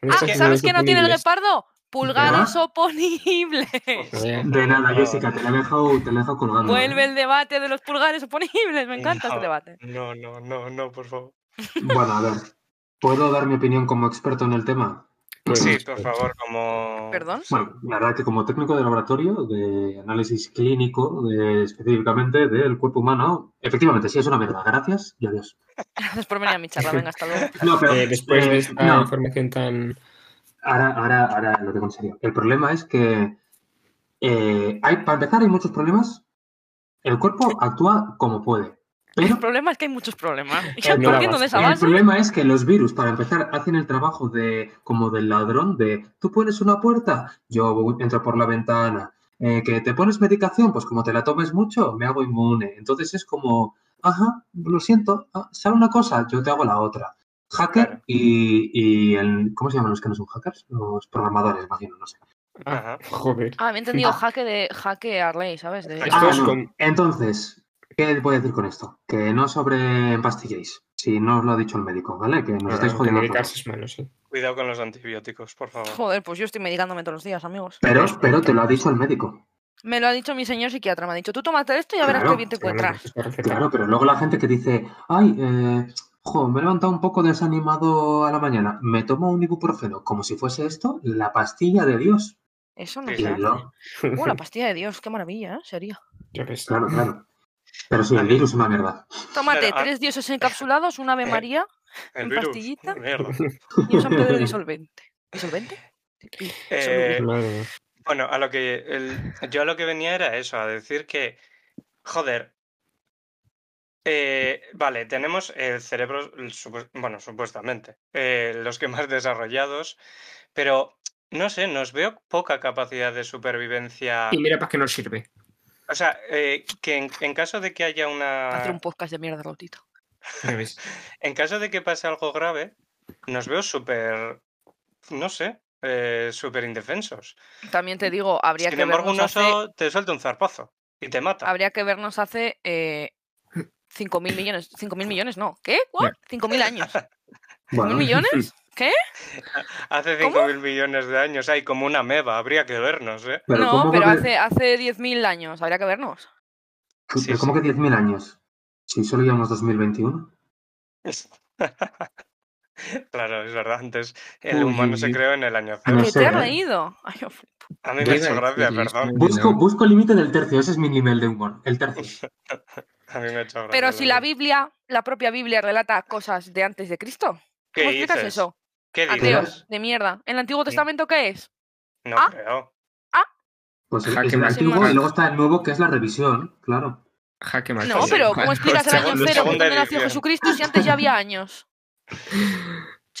S1: No sé
S4: Ah,
S1: si
S4: ¿Sabes
S1: lo
S4: qué no tiene el
S1: disponibles.
S4: guepardo? Pulgares oponibles.
S1: Ya.
S2: De nada, Jessica, te la he dejado, te la he dejado colgando. ¿eh?
S4: Vuelve el debate de los pulgares oponibles. Me encanta
S3: No.
S4: este debate.
S3: No, no, no, no, por favor.
S2: Bueno, a ver. ¿Puedo dar mi opinión como experto en el tema?
S1: Bueno,
S3: Sí,
S1: pues,
S3: por favor, como.
S4: ¿Perdón?
S2: Bueno, la verdad que como técnico de laboratorio, de análisis clínico, de- específicamente del cuerpo humano, efectivamente, sí es una mierda. Gracias y adiós.
S4: Gracias por venir a mi charla. Venga, hasta luego.
S2: No, pero,
S1: eh, después
S2: eh,
S1: de esta
S2: no,
S1: información tan...
S2: ahora, ahora, ahora lo digo en serio. El problema es que, eh, hay, para empezar, hay muchos problemas. El cuerpo actúa como puede. Pero
S4: El problema es que hay muchos problemas. Y
S2: Eh, no,
S4: partiendo
S1: vas-
S4: de esa
S2: El
S4: base,
S2: problema es que los virus, para empezar, hacen el trabajo de como del ladrón, de tú pones una puerta, yo voy- entro por la ventana, Eh, que te pones medicación, pues como te la tomes mucho, me hago inmune. Entonces es como, ajá, lo siento, ah, sale una cosa, yo te hago la otra. Hacker
S3: Claro.
S2: y, y el, ¿cómo se llaman los que no son hackers? Los programadores, imagino, no sé.
S1: Ah,
S3: Ajá.
S1: joder.
S4: Ah, me he entendido
S2: Ah.
S4: jaque de jaque a Arley, ¿sabes? De-
S1: Esto
S2: Ah,
S1: es
S2: no.
S1: con-
S2: Entonces, ¿qué voy a decir con esto? Que no sobrepastilléis, si no os lo ha dicho el médico, ¿vale? Que nos
S1: Ah,
S2: estáis
S1: que
S2: jodiendo. a todos.
S1: medicarse es malo, sí.
S3: Cuidado con los antibióticos, por favor.
S4: Joder, pues yo estoy medicándome todos los días, amigos.
S2: Pero, pero te lo ha dicho el médico.
S4: Me lo ha dicho mi señor psiquiatra. Me ha dicho, tú tómate esto y a verás
S2: Claro,
S4: qué bien te encuentras.
S1: Está recetado.
S2: Claro, pero luego la gente que dice, ay, eh, jo, me he levantado un poco desanimado a la mañana, me tomo un ibuprofeno, como si fuese esto la pastilla de Dios.
S4: Eso no
S3: Sí,
S2: Y
S4: se
S3: sí.
S4: hace.
S2: lo-
S4: Uh, la pastilla de Dios, qué maravilla, ¿eh? Sería.
S1: Ya ves.
S2: claro, claro. Pero sí, el virus es una mierda.
S4: Tómate
S3: Pero, ah, Eh.
S4: tres dioses encapsulados, una Ave María
S3: El
S4: ¿En
S3: virus.
S4: pastillita?
S3: Mierda.
S4: y un San Pedro disolvente. ¿Disolvente? Sí,
S3: Eh,
S4: soluble.
S1: Madre mía.
S3: Bueno, a lo que el- yo a lo que venía era eso, a decir que, joder, eh, vale, tenemos el cerebro, el supu- bueno, supuestamente, eh, los que más desarrollados, pero No sé, nos veo poca capacidad de supervivencia.
S1: Y mira para qué nos sirve.
S3: O sea, eh, que en, en caso de que haya
S4: Hacer un
S3: una.
S4: podcast de mierda, Lautito.
S1: Ya ves.
S3: En caso de que pase algo grave, nos veo súper. No sé, eh, súper indefensos.
S4: También te digo, habría
S3: Sin
S4: que
S3: embargo, un
S4: vernos hace-
S3: oso te suelta un zarpazo y te mata.
S4: habría que vernos hace eh, 5.000 millones. 5.000 millones, no. ¿Qué? ¿What? 5.000 años. ¿5.000
S2: Bueno,
S4: millones? ¿Qué?
S3: Hace
S4: ¿Cómo?
S3: 5.000 millones de años, hay como una meba, habría que vernos, ¿eh?
S2: pero
S4: no,
S2: ¿cómo
S4: pero
S2: que-
S4: hace, hace 10.000 años. Habría que vernos.
S2: pero
S3: sí,
S2: ¿Cómo
S3: sí.
S2: que 10.000 años? Si solo llevamos 2021.
S3: Claro, es verdad, antes el
S1: Uy,
S3: humano
S1: uy,
S3: se
S1: uy.
S3: creó en el año
S2: No
S3: cero.
S4: ¿Qué te
S2: sé,
S4: has
S2: ¿eh?
S4: reído? Ay, yo flipo.
S3: A mí
S1: Yo
S3: me
S1: iba
S3: ha hecho
S1: a
S3: gracia,
S1: decir, es
S3: perdón.
S1: muy
S2: Busco,
S1: pues, no.
S2: busco el límite del tercio, ese es mi nivel de humor, el tercio.
S3: A mí me ha hecho gracia.
S4: pero si la
S3: perdón.
S4: Biblia, la propia Biblia, relata cosas de antes de Cristo.
S3: ¿Qué
S4: ¿Cómo explicas
S3: dices?
S4: eso?
S3: ¿Qué dices?
S4: Ateos, de mierda. ¿En el Antiguo Testamento qué es?
S3: No
S4: Ah.
S3: creo.
S2: Pues el,
S1: Jaque
S2: es el
S1: mate.
S2: antiguo
S4: Sin
S2: y luego está el nuevo, que es la revisión, claro.
S1: Jaque mate.
S4: No, pero ¿cómo
S1: Cuando
S4: explicas el año
S1: segundo-
S4: cero?
S3: segunda
S4: ¿Dónde nació
S3: edición.
S4: Jesucristo si antes ya había años?
S1: Pero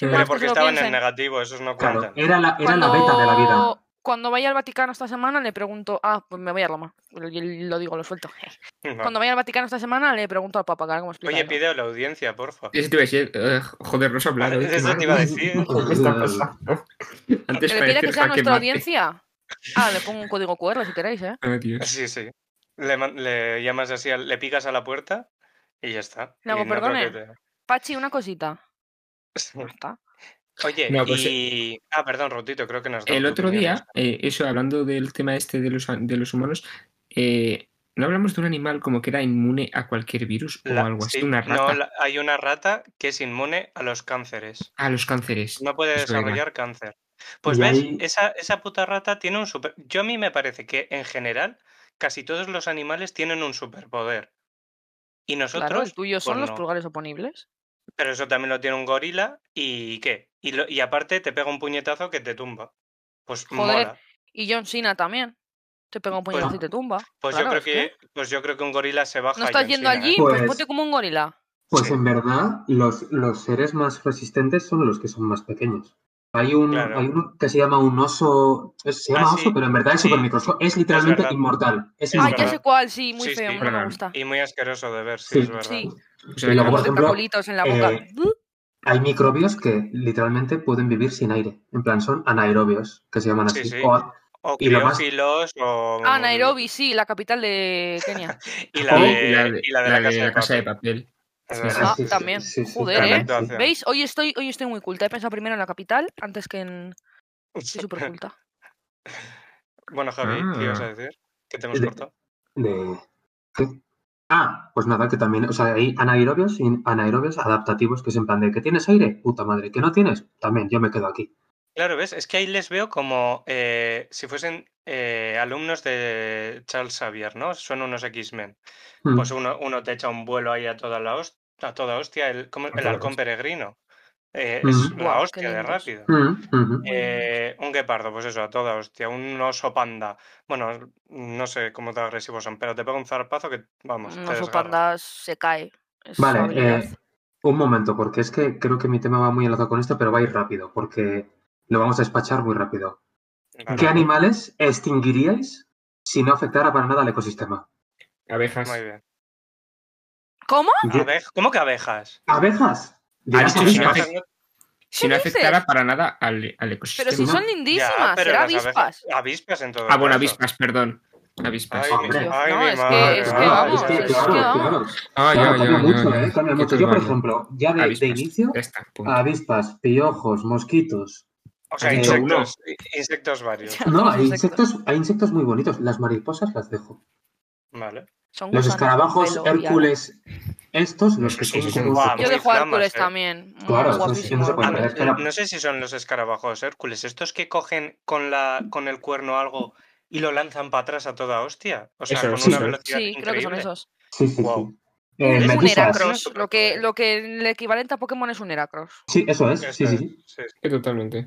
S3: Pero
S4: más pues que
S3: porque
S4: se lo
S3: estaban en
S4: piensen.
S3: negativo, esos no
S2: Claro,
S3: cuentan.
S2: era la, era la beta de la vida.
S4: Cuando vaya al Vaticano esta semana le pregunto, ah, pues me voy a Roma, Y lo digo, lo suelto.
S3: No.
S4: Cuando vaya al Vaticano esta semana le pregunto al Papa, que a ver cómo explica
S3: Ah. Oye,
S4: eso.
S3: pide a la audiencia, porfa.
S1: Eso te iba a decir, eh, joder, no se ha hablado.
S3: Eso te iba a decir.
S1: Esta cosa. Antes
S4: ¿Le
S1: parecía
S4: pide que sea
S1: jaque mate.
S4: nuestra audiencia? Ah, le pongo un código QR si queréis, ¿eh?
S1: Ah, Dios.
S3: Sí, sí. Le, man- le llamas así, al- le picas a la puerta y ya está.
S4: No,
S3: Y
S4: pues,
S3: creo que
S4: Pachi, una cosita.
S3: te-
S4: Ya está.
S3: Oye,
S1: No, pues,
S3: y... Ah, perdón, Rotito, creo que nos da
S1: El
S3: tu
S1: otro
S3: opinión.
S1: día, eh, eso hablando del tema este de los, a- de los humanos, eh, no hablamos de un animal como que era inmune a cualquier virus
S3: La-
S1: o algo así,
S3: sí,
S1: una
S3: no,
S1: rata
S3: la- hay una rata que es inmune a los cánceres.
S1: a los cánceres.
S3: No puede
S1: Eso era.
S3: desarrollar cáncer. Pues
S2: Y
S3: ves,
S2: ahí-
S3: esa, esa puta rata tiene un super... Yo a mí me parece que en general casi todos los animales tienen un superpoder. Y
S4: Claro,
S3: nosotros,
S4: el tuyo son
S3: pues
S4: los
S3: no.
S4: pulgares oponibles.
S3: pero eso también lo tiene un gorila y qué. Y, lo- y aparte te pega un puñetazo que te tumba. Pues
S4: Joder,
S3: mola.
S4: Y John Cena también. Te pega un
S3: Pues-
S4: puñetazo y te tumba.
S3: Pues
S4: Claro,
S3: yo
S4: es
S3: creo que, pues yo creo que un gorila se baja.
S4: No
S3: a
S4: estás
S3: John
S4: yendo
S3: Cena,
S4: allí,
S3: ¿eh?
S4: pues,
S2: Pues-
S4: ponte como un gorila.
S2: Pues
S3: Sí.
S2: en verdad, los, los seres más resistentes son los que son más pequeños. Hay un,
S3: Claro.
S2: hay uno que se llama un oso, es- se
S3: Ah,
S2: llama
S3: sí,
S2: oso, pero en verdad es
S3: sí.
S2: súper Es literalmente
S3: verdad.
S2: inmortal. Es
S3: Es
S4: Ah,
S2: inmortal.
S4: ya sé cuál, sí, muy
S3: Sí,
S4: feo,
S3: sí.
S4: no me
S1: Perdón.
S4: gusta.
S3: Y muy asqueroso de ver, sí,
S2: Sí.
S3: es verdad.
S4: Sí,
S1: O sea,
S2: Y
S1: que-
S2: luego, por
S4: los
S2: ejemplo,
S4: tacolitos en la boca.
S2: eh, Hay microbios que literalmente pueden vivir sin aire. En plan, son anaerobios, que se llaman
S3: Sí,
S2: así.
S3: sí.
S2: O a-
S3: O
S2: Y lo más-
S3: criófilos o...
S4: Ah, Nairobi, sí, la capital de Kenia.
S3: Y la,
S2: O-
S3: de, y la de la, casa, de
S1: de
S3: papel.
S1: papel.
S3: Es
S1: Sí,
S3: verdad.
S4: Ah,
S2: sí, sí,
S4: también.
S2: sí, sí,
S4: Joder,
S2: también,
S3: ¿eh?
S2: sí, sí.
S4: ¿Veis? Hoy estoy, hoy estoy muy culta. He pensado primero en la capital antes que en.
S3: Ah,
S4: Estoy súper culta.
S3: Bueno, Javi, ¿qué ibas a
S1: Ah.
S3: decir? Que te hemos
S2: De-
S3: cortado.
S2: De- ¿qué? Ah, pues nada, que también, o sea, hay anaerobios y anaerobios adaptativos, que es en plan de que tienes aire, puta madre, que no tienes, también, yo me quedo aquí.
S3: Claro, ¿ves? Es que ahí les veo como eh, si fuesen eh, alumnos de Charles Xavier, ¿no? Son unos X-Men.
S2: Mm.
S3: Pues uno, uno te echa un vuelo ahí a toda la hostia, a toda hostia, el, ¿cómo- el
S1: toda
S3: halcón
S1: hostia.
S3: peregrino. Eh, es
S2: Ujú.
S3: la
S4: Guau, qué
S3: hostia de
S4: lindos.
S3: rápido.
S2: Mm, mhm.
S3: Eh, un guepardo, pues eso, a toda hostia. Un oso panda. Bueno, no sé cómo tan agresivos son, pero te pega un zarpazo que, vamos, te
S4: No su
S3: desgarra.
S4: Mm, panda se cae. Es su
S2: Vale,
S4: habilidad.
S2: eh, un momento, porque es que creo que mi tema va muy enlazado con esto, pero va a ir rápido, porque lo vamos a despachar muy rápido.
S3: Vale,
S2: ¿Qué animales extinguiríais si no afectara para nada al ecosistema?
S1: Abejas.
S3: Muy bien.
S4: ¿Cómo?
S2: Yo-
S3: Abe- ¿Cómo que abejas?
S2: ¿Abejas? Dirás
S1: dicho si no
S2: avispas.
S1: afecta- Si no
S4: dices?
S1: afectara para nada al, al ecosistema.
S4: Pero si son
S2: Ya,
S4: lindísimas,
S3: pero
S4: será
S3: las abejas-
S4: avispas.
S3: Avispas en todo
S1: Ah, bueno,
S3: caso.
S1: avispas, perdón. Avispas.
S3: Ay,
S2: Ay,
S3: mi-
S2: Dios,
S3: ay,
S4: no,
S3: mi
S4: es que-
S3: madre,
S4: es que
S3: ay,
S2: Claro,
S4: vamos, es que
S2: Ah, claro,
S4: vamos.
S2: claro.
S1: Ah,
S2: Claro,
S1: ya,
S2: cambia
S1: ya,
S2: mucho,
S1: ya,
S2: ¿eh?
S1: ya.
S2: Cambia
S1: Qué
S2: mucho. Yo, por
S1: turbado.
S2: ejemplo, ah, ya de- de,
S1: Avispas.
S2: inicio,
S1: Ya está, punto.
S2: avispas, piojos, mosquitos.
S3: O sea,
S2: Has dicho
S3: insectos, insectos varios.
S4: Ya.
S2: No,
S4: Los
S2: hay
S4: insectos.
S2: insectos, hay insectos muy bonitos. Las mariposas las dejo.
S3: Vale.
S4: Son
S2: Los
S4: gusanos con
S2: escarabajos,
S4: pelo y alas.
S2: Hércules, estos, los que
S1: Sí,
S2: son
S1: sí, sí.
S2: como
S3: Guau.
S2: insectos.
S4: Yo dejo a
S3: Muy
S4: Hércules
S3: flamas, ¿eh?
S4: también. muy
S2: Claro, eso sí,
S4: guapísimo.
S2: no se puede Bueno,
S3: Ah, no,
S2: perder. espera.
S3: no sé si son los escarabajos Hércules, estos que cogen con la con el cuerno algo y lo lanzan para atrás a toda hostia. O sea,
S1: Eso,
S3: con
S2: sí,
S3: una
S2: sí.
S3: velocidad
S4: Sí, creo que son
S3: increíble.
S4: esos.
S2: Sí, sí,
S3: Guau.
S2: sí. Eh,
S3: ¿Ves?
S4: es un
S3: medusas.
S4: Heracross.
S3: Son
S4: Lo que,
S3: superpoderes.
S4: lo que el equivalente a Pokémon es un Heracross.
S2: Sí, eso es.
S3: Eso
S1: Este
S2: Sí, sí,
S3: es,
S2: sí.
S3: sí, sí.
S1: Sí, Totalmente.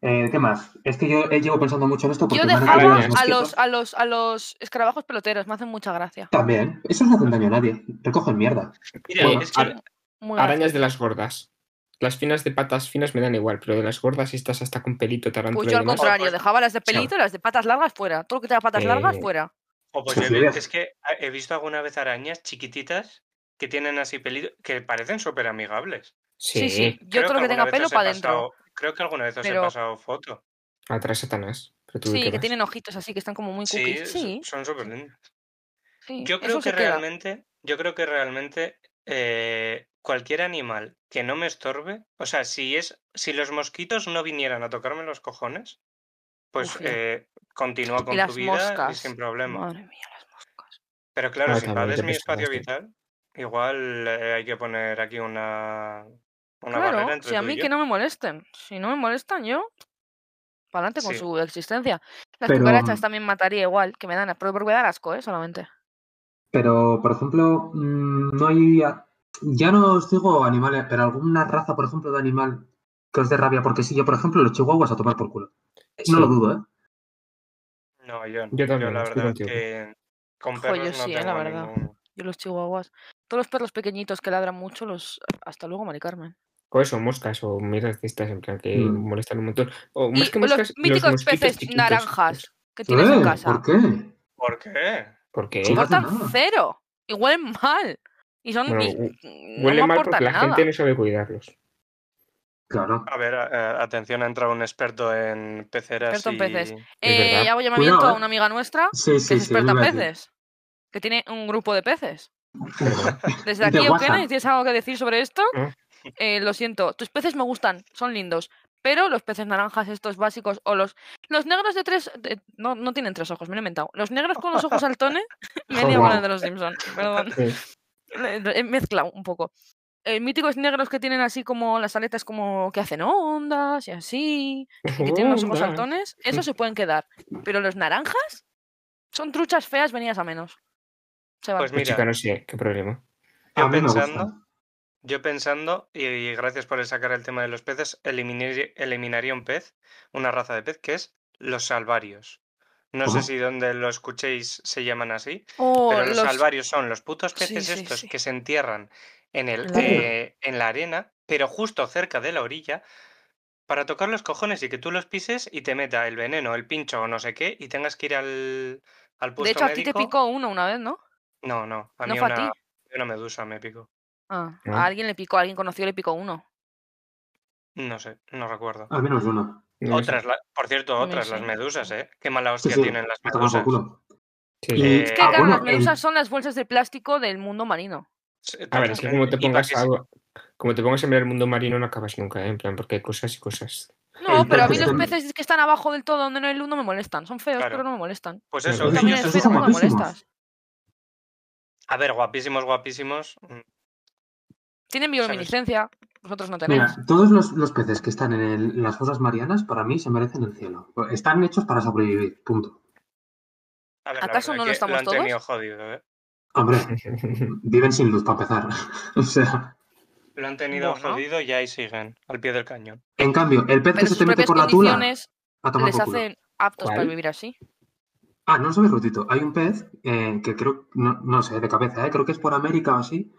S2: Eh, ¿Qué más? Es que yo eh, llevo pensando mucho en esto porque
S4: Yo
S2: me han
S4: dejaba
S2: engañado
S1: arañas.
S4: a
S2: mosquitos.
S4: los, a los, a los escarabajos peloteros, me hacen mucha gracia.
S2: También. Eso no hacen daño a nadie. Recogen mierda.
S3: Mira,
S1: Bueno,
S3: es que
S1: ar-
S4: Muy gracioso.
S1: arañas de las gordas. Las finas de patas finas me dan igual, pero de las gordas estas hasta con pelito tarántula
S4: Pues
S1: y
S4: yo al
S1: demás,
S4: contrario, dejaba las de pelito y las de patas largas fuera. Todo lo que tenga patas largas
S1: Eh,
S4: fuera.
S3: O pues
S2: Sí,
S3: yo he
S2: sí.
S3: vi- es que a- he visto alguna vez arañas chiquititas que tienen así pelito, que parecen súper amigables.
S4: Sí, sí.
S1: Sí,
S4: Yo todo lo que tenga pelo para adentro.
S3: Creo que alguna vez os
S4: Pero-
S3: he pasado foto.
S1: atrás Satanás. Pero tú, ¿qué
S4: Sí, que
S1: más?
S4: tienen ojitos así, que están como muy
S3: Sí,
S4: cookies.
S3: son-
S4: Sí,
S3: son súper lindas.
S4: sí,
S3: Yo
S4: eso
S3: creo
S4: se
S3: que
S4: queda.
S3: realmente, yo creo que realmente eh, cualquier animal que no me estorbe, o sea, si es, si los mosquitos no vinieran a tocarme los cojones, pues
S4: Uf, ya.
S3: eh, continúa con
S4: las
S3: tu vida y
S4: moscas.
S3: sin problema.
S4: Madre mía, las moscas.
S3: Pero
S1: Ah,
S3: claro, si
S1: también
S3: invades
S1: te
S3: mi espacio
S1: pescadas,
S3: vital, igual eh, hay que poner aquí una, una barrera
S4: Claro,
S3: entre
S4: si a
S3: tú y
S4: mí
S3: yo.
S4: que no me molesten. Si no me molestan, yo. Para adelante con
S3: Sí.
S4: su existencia. Las
S2: Pero,
S4: cucarachas
S2: mm,
S4: también mataría igual, que me dan, pero porque me dan asco, ¿eh? Solamente.
S2: Pero, por ejemplo, mm, no hay. Ya no os digo animales, pero alguna raza, por ejemplo, de animal que os dé rabia. Porque si yo, por ejemplo, los chihuahuas a tomar por culo.
S1: Sí.
S2: No lo dudo, ¿eh?
S3: No, yo, no.
S1: Yo también,
S3: la
S1: estoy
S3: verdad
S1: contigo.
S3: que con
S4: Jo, yo
S3: perros no
S4: sí, eh, la
S3: tengo
S4: verdad.
S3: ningún-
S4: Yo los chihuahuas. Todos los perros pequeñitos que ladran mucho, los. Hasta luego, Mari Carmen.
S1: O eso, moscas o mierdas de estas, en plan que
S2: Mm.
S1: molestan un montón. O
S4: Y
S1: más que moscas,
S4: los míticos
S1: mosquitos
S4: peces
S1: chiquitos. pues,
S4: naranjas que
S2: ¿Eh?
S4: tienes en
S2: ¿Por
S4: casa.
S2: qué?
S3: ¿Por qué?
S1: ¿Por qué?
S2: Sí, no hace
S4: Cortan
S2: nada.
S4: cero y huelen mal. Y son.
S1: Bueno,
S4: y-
S1: hu-
S4: no
S1: Huele
S4: me
S1: mal
S4: aportan
S1: porque la
S4: nada.
S1: gente no sabe cuidarlos.
S2: Claro.
S3: A ver, a- a- atención, ha entrado un experto en peceras
S4: Experto en
S3: y...
S4: peces.
S1: Es
S4: Eh,
S1: verdad.
S4: hago llamamiento
S2: Cuidado,
S4: a
S2: eh.
S4: una amiga nuestra
S2: Sí,
S4: que
S2: sí,
S4: es
S2: sí.
S4: experta
S2: lo
S4: en
S2: iba a decir.
S4: peces. Que tiene un grupo de peces.
S1: Perdón.
S4: Desde
S2: De
S4: aquí, Eugenia,
S2: WhatsApp.
S4: ¿tienes algo que decir sobre esto?
S1: Ah.
S4: Eh, lo siento, tus peces me gustan, son lindos. Pero los peces naranjas, estos básicos, o los. Los negros de tres. de- no, no tienen tres ojos, me lo he inventado. Los negros con los ojos saltones.
S3: Oh,
S4: me he liado con el de los Simpsons, perdón.
S1: Sí.
S4: Le- le- He mezclado un poco. Eh, míticos negros que tienen así como las aletas como que hacen ondas y así. y que
S3: Oh,
S4: tienen los ojos
S1: Onda.
S4: saltones, esos se pueden quedar. Pero los naranjas son truchas feas venidas a menos. Se van.
S3: Pues
S1: Pues
S3: mira,
S1: chica, no sé, qué problema.
S3: Yo
S2: A mí me
S3: pensando-
S2: gustan.
S3: Yo pensando, y, y gracias por sacar el tema de los peces, eliminar- eliminaría un pez, una raza de pez, que es los salvarios. No
S2: ¿Cómo?
S3: sé si donde lo escuchéis se llaman así,
S4: O
S3: pero los,
S4: los-
S3: salvarios son los putos
S4: Sí,
S3: peces
S4: sí,
S3: estos
S4: sí.
S3: que se entierran en, el,
S4: En la arena.
S3: eh, en la arena, pero justo cerca de la orilla, para tocar los cojones y que tú los pises y te meta el veneno, el pincho o no sé qué, y tengas que ir al, al puesto
S4: de hecho, a ti te
S3: médico.
S4: picó uno una vez, ¿no?
S3: No, no, a
S4: ¿No
S3: mí
S4: fue a
S3: una,
S4: ti?
S3: una medusa me picó.
S4: Ah,
S2: ¿Eh?
S1: No.
S4: A alguien le picó, a alguien conocido le picó uno.
S3: No sé, no recuerdo.
S2: Al Ah, menos uno.
S1: No lo sé.
S3: Otras, la- por cierto,
S4: A mí
S3: otras,
S4: sí.
S3: las medusas, ¿eh? Qué mala
S2: Sí,
S3: hostia
S2: sí.
S3: tienen las
S2: A tomar por
S3: medusas.
S2: culo.
S1: Sí,
S2: Y-
S1: sí.
S3: Eh,
S4: Es que
S2: Ah,
S4: claro,
S2: bueno,
S4: las medusas
S2: el-
S4: son las bolsas de plástico del mundo marino.
S3: Sí,
S1: A ver, es que
S3: totalmente.
S1: como te
S3: Y pa'
S1: pongas
S3: que
S1: a,
S3: se-
S1: como te pongas a mirar el mundo marino no acabas nunca, ¿eh? en plan, porque hay cosas y cosas.
S4: No,
S2: El
S4: pero a mí
S2: pez
S4: los
S2: este-
S4: peces que están abajo del todo donde no hay luz no me molestan. Son feos,
S3: Claro.
S4: pero no me molestan.
S3: Pues
S1: Claro.
S3: eso,
S1: Esos-
S3: que yo
S4: También
S3: soy
S4: eres
S2: esos
S4: feo,
S2: son
S4: tampoco me
S2: guapísimos.
S4: molestas.
S3: A ver, guapísimos, guapísimos. mm,
S4: Tienen bioluminiscencia, vosotros no tenéis.
S2: Mira, este todos los, los peces que están en, el- en las fosas marianas, para mí, se merecen el cielo. Están hechos para sobrevivir, punto.
S3: a ver, la
S4: ¿Acaso
S3: verdad
S4: no lo
S3: que
S4: estamos
S3: han tenido
S4: todos?
S3: jodido, ¿eh?
S2: Hombre, viven sin luz para empezar. o sea,
S3: Lo han tenido
S4: Bueno.
S3: jodido y ahí siguen, al pie del cañón.
S2: en cambio, el pez
S4: Pero
S2: que se
S4: sus
S2: te mete
S4: propias
S2: por la tula
S4: condiciones
S2: a tomar
S4: les
S2: por culo.
S4: hacen aptos para
S1: ¿Cuál?
S4: vivir así.
S2: Ah, no lo sabes, Rutito. Hay un pez eh, que creo, no, no sé, de cabeza, eh, creo que es por América o así,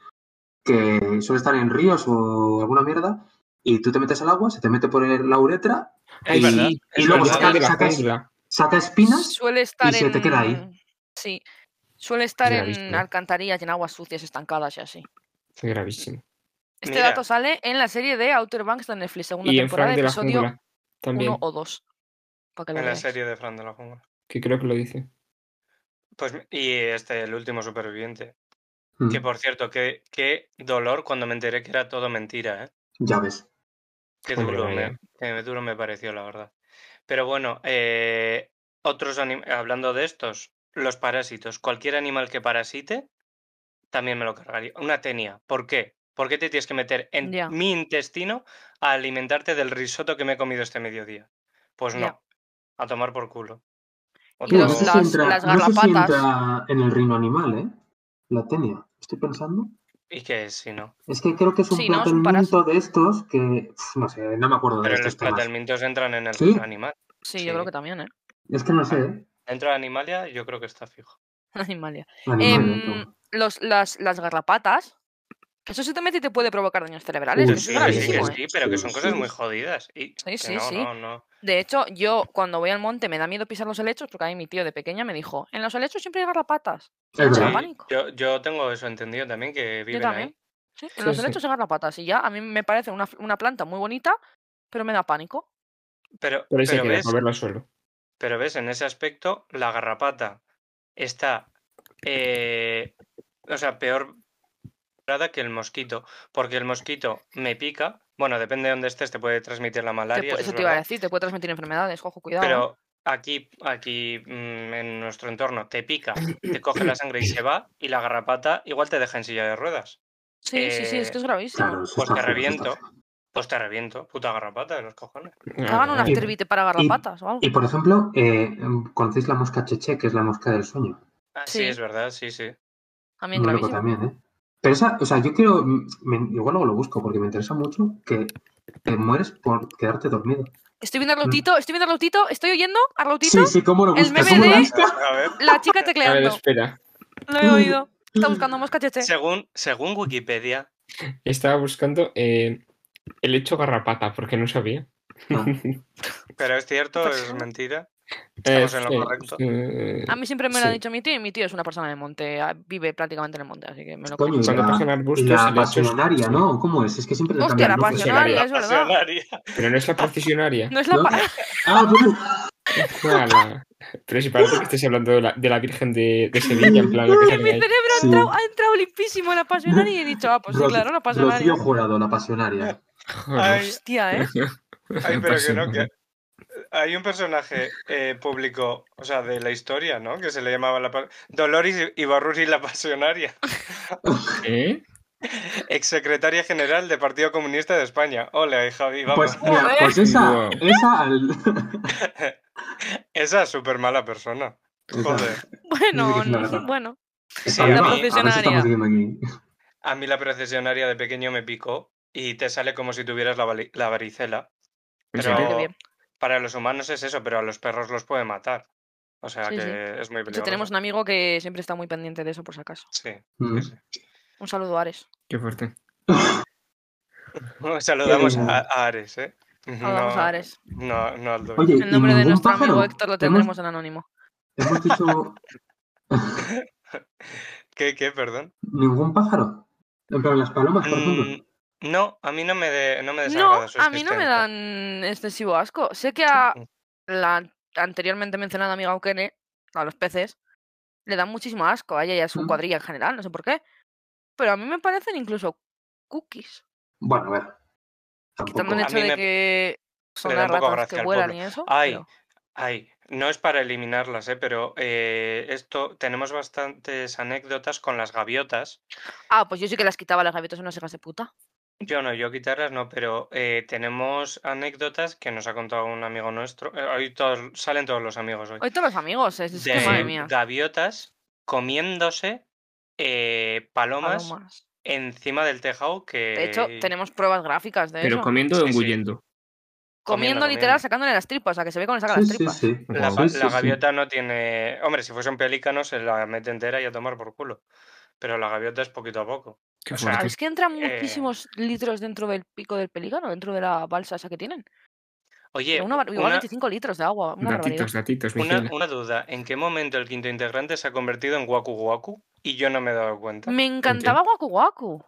S2: que suele estar en ríos o alguna mierda, y tú te metes al agua, se te mete por el- la uretra,
S1: Ay,
S3: Es
S2: y,
S3: verdad.
S2: y
S3: es
S2: luego
S3: verdad.
S1: Los gatos
S2: saca,
S1: de la
S2: saca-
S1: jungla.
S2: saca espinas.
S4: Suele estar
S2: se
S4: en.
S2: te queda ahí.
S4: Sí. Suele estar
S1: Ya,
S4: en
S1: visto.
S4: alcantarillas, y en aguas sucias, estancadas y así.
S1: Qué gravísimo.
S4: Este
S3: Mira.
S4: dato sale en la serie de Outer Banks de Netflix, segunda
S1: Y en
S4: temporada,
S1: Frank de la
S4: episodio
S1: jungla también,
S4: 1 o 2. Para que lo
S3: En la
S4: veáis.
S3: serie de Fran de la Jungla.
S1: que creo que lo dice.
S3: Pues, y este, el último superviviente.
S2: Mm,
S3: Que por cierto, qué, qué dolor cuando me enteré que era todo mentira, ¿eh?
S2: ya ves.
S3: Qué
S1: Hombre,
S3: duro, me,
S1: vaya.
S3: qué duro me pareció, la verdad. Pero bueno, eh, otros anim- hablando de estos, los parásitos. Cualquier animal que parasite, también me lo cargaría. Una tenia. ¿Por qué? ¿Por qué te tienes que meter en
S4: Ya.
S3: mi intestino a alimentarte del risotto que me he comido este mediodía? Pues no.
S4: Ya.
S3: A tomar por culo.
S4: Y
S2: Tío,
S4: los-
S2: no sé si
S4: las-
S2: entra-
S4: las
S2: no sé si
S4: garrapatas.
S2: entra en el reino animal, ¿eh? La tenia. Estoy pensando.
S3: ¿Y qué es si no?
S2: Es que creo que es un
S4: Sí, ¿no? Es
S2: plato
S4: un parásito.
S2: de estos que. pf, No sé, no me acuerdo de
S3: Pero
S2: estos
S3: los
S2: temas.
S3: platelmintos entran en el
S2: ¿Sí?
S3: animal.
S4: Sí,
S3: Sí.
S4: yo creo que también, ¿eh?
S2: Es que no sé, ¿eh?
S3: Dentro de Animalia yo creo que está fijo.
S2: Ah,
S4: Animalia.
S2: Animal,
S4: Em,
S2: dentro.
S4: los, las, las garrapatas, Eso simplemente te puede provocar daños cerebrales.
S2: Uy,
S4: eso
S3: Sí,
S4: es
S2: sí,
S3: que sí, que
S4: gravísimo, ¿eh?
S3: sí, pero que son
S2: Sí,
S3: cosas
S2: sí.
S3: muy jodidas. Y que
S4: sí,
S3: no,
S4: sí.
S3: no, no.
S4: De hecho, yo cuando voy al monte me da miedo pisar los helechos porque a mí mi tío de pequeña me dijo, en los helechos siempre hay garrapatas.
S2: Es
S4: Sí,
S3: Sí,
S2: verdad.
S4: pánico.
S3: yo, yo tengo eso entendido también, que viven
S4: también.
S3: ahí.
S4: Sí, en
S1: Sí,
S4: los
S1: sí.
S4: helechos hay garrapatas y ya a mí me parece una, una planta muy bonita, pero me da pánico.
S3: Pero,
S1: Por eso
S3: pero
S1: queda,
S3: ves,
S1: para verlo solo.
S3: pero ves, en ese aspecto, la garrapata está, eh, o sea, peor parada que el mosquito, porque el mosquito me pica, bueno, depende de dónde estés, te puede transmitir la
S4: Te
S3: malaria.
S4: pu-
S3: eso
S4: eso
S3: es
S4: te iba a
S3: verdad.
S4: decir, te puede transmitir enfermedades, ojo, cuidado. ¿eh?
S3: Pero aquí, aquí mm, en nuestro entorno te pica, te coge la sangre y se va, y la garrapata igual te deja en silla de ruedas.
S4: sí, sí, sí, es que es
S2: Claro,
S4: gravísimo.
S2: eso
S3: Pues
S2: está feo,
S3: te
S2: eso está
S3: reviento.
S2: feo.
S3: Pues te reviento, puta garrapata de los cojones.
S1: Ah,
S4: Que hagan un
S2: Y-
S4: afterbite para garrapatas o algo.
S2: Y por ejemplo, eh, ¿conocéis la mosca cheche, que es la mosca del sueño?
S3: Ah, sí,
S4: Sí.
S3: es verdad, sí, sí.
S4: También
S2: Muy loco
S4: gravísimo.
S2: también, ¿eh? Pero esa, o sea, yo quiero, mm, me- igual luego lo busco porque me interesa mucho que te mueres por quedarte dormido.
S4: Estoy viendo a Arlautito, estoy viendo a Arlautito, estoy oyendo a Arlautito,
S2: Mm. Sí, sí, ¿cómo lo
S4: El
S2: buscas?
S4: meme
S2: ¿Cómo lo
S4: de- este?
S2: buscas?
S3: A ver.
S4: la chica
S1: A ver,
S4: tecleando.
S1: espera.
S4: Lo he oído. Está buscando mosca cheche.
S3: Según, según Wikipedia,
S1: Estaba buscando eh, el hecho garrapata, porque no sabía.
S2: Ah.
S3: pero es cierto, es
S4: Persona.
S3: mentira. Estamos en lo
S1: Eh,
S3: correcto.
S1: eh,
S4: A mí siempre me lo ha
S1: Sí.
S4: dicho mi tío y mi tío es una persona de monte, ah, vive prácticamente en el monte, así que me lo
S2: Coño,
S4: creo.
S2: y
S1: cuando
S2: la-
S1: pasan
S2: Y
S1: arbustos,
S2: la
S1: el hecho es-
S2: pasionaria, ¿no? ¿Cómo es? Es que siempre le
S4: Hostia,
S2: cambian Pues
S4: la
S2: nombres.
S4: pasionaria, es verdad.
S3: Pasionaria.
S1: Pero no es la profesionaria.
S4: No es la
S2: ¿No?
S4: pa-
S2: Ah, bueno.
S1: Ala. Pero si parece que estés hablando de la, de la Virgen de, de Sevilla, en plan, la que
S4: Uy,
S1: sale
S4: mi
S1: ahí.
S4: cerebro ha
S2: Sí.
S4: entrado, ha entrado limpísimo en la pasionaria y he dicho, ah, pues sí,
S2: Ro-
S4: claro, la
S2: Rocío
S4: pasionaria.
S2: Jurado, la pasionaria.
S1: Joder,
S3: Ay,
S4: Hostia, ¿eh?
S3: ay, pero que no, que
S1: pasionaria.
S3: hay un personaje eh, público, o sea, de la historia, ¿no? Que se le llamaba la pa- Dolores Ibarruri la Pasionaria,
S1: ¿Eh?
S3: exsecretaria general del Partido Comunista de España. Hola, y Javi, vamos.
S2: Pues, mira,
S4: Joder.
S2: pues esa,
S1: Wow.
S2: esa al...
S3: Esa es súper mala persona. Joder.
S4: Bueno,
S2: Sí, claro.
S4: bueno.
S3: Sí,
S2: A ver,
S3: a
S2: a
S3: mí-
S2: ver si estamos bien aquí.
S3: A mí la procesionaria de pequeño me picó y te sale como si tuvieras la, vali- la varicela.
S1: ¿En
S3: Pero
S1: serio?
S4: Qué bien.
S3: para los humanos es eso, pero a los perros los puede matar. O sea
S4: Sí,
S3: que
S4: sí.
S3: es muy
S4: De
S3: peligroso.
S4: hecho, tenemos un amigo que siempre está muy pendiente de eso, por si acaso.
S3: Sí,
S2: Mm.
S3: sí, sí.
S4: Un saludo, Ares.
S1: Qué fuerte.
S3: Saludamos
S2: Eh,
S3: a, a Ares, ¿eh?
S4: Saludamos
S3: No-
S4: a Ares.
S3: No, no al dueño.
S2: Oye,
S4: El
S2: ¿y
S4: nombre de
S2: ningún
S4: nuestro
S2: pájaro?
S4: amigo Héctor lo
S2: Hemos-
S4: tendremos en anónimo.
S2: Hemos dicho
S3: ¿Qué, qué, perdón?
S2: ningún pájaro. En plan, las palomas, por ejemplo.
S3: Mm, no, a mí no me, de, no me
S4: No,
S3: desagrada su
S4: a mí no me
S3: existencia.
S4: dan excesivo asco. Sé que a
S3: Mm.
S4: la anteriormente mencionada amiga Ukene, a los peces, le dan muchísimo asco a ella y a su
S2: Mm.
S4: cuadrilla en general, no sé por qué. Pero a mí me parecen incluso cookies.
S3: Mm.
S2: Bueno, a ver. Tampoco.
S4: Quitando el
S3: A
S4: hecho
S3: mí
S4: de
S3: me-
S4: que son
S3: le da
S4: las
S3: un poco
S4: ratas
S3: gracia
S4: que
S3: al
S4: vuelan
S3: pueblo.
S4: y eso.
S3: Ay,
S4: pero-
S3: Ay, no es para eliminarlas, ¿eh? pero eh, esto tenemos bastantes anécdotas con las gaviotas.
S4: Ah, pues yo sí que las quitaba las gaviotas unas hijas de puta.
S3: Yo no, yo guitarras no, pero eh, tenemos anécdotas que nos ha contado un amigo nuestro. eh, hoy todos, salen todos los amigos hoy.
S4: Hoy todos los amigos, es, es que
S3: de
S4: madre mía.
S3: gaviotas comiéndose eh, palomas
S4: palomas.
S3: encima del tejado que.
S4: De hecho, tenemos pruebas gráficas de
S1: Pero
S4: eso.
S1: comiendo
S3: Sí,
S1: o
S3: sí.
S1: engullendo.
S4: comiendo,
S3: comiendo,
S4: literal,
S3: comiendo.
S4: sacándole las tripas, a que se ve cómo le saca
S2: Sí,
S4: las
S2: sí,
S4: tripas.
S2: sí.
S3: La,
S1: Guau.
S3: pa-
S2: Ah, sí,
S3: la
S2: sí.
S3: gaviota no tiene. Hombre, si fuese un pelícano se la mete entera y a tomar por culo. Pero la gaviota es poquito a poco.
S1: Qué
S3: O sea,
S1: fuerte.
S4: Es que entran
S3: Eh,
S4: muchísimos litros dentro del pico del peligano, dentro de la balsa esa que tienen.
S3: Oye,
S4: Una bar- igual
S3: una-
S4: 25 litros de agua, una barbaridad.
S1: Datitos, datitos,
S3: Una,
S1: Miquela.
S3: una duda, ¿en qué momento el quinto integrante se ha convertido en Waku Waku? Y yo no me he dado cuenta.
S4: Me encantaba Guacu Guacu.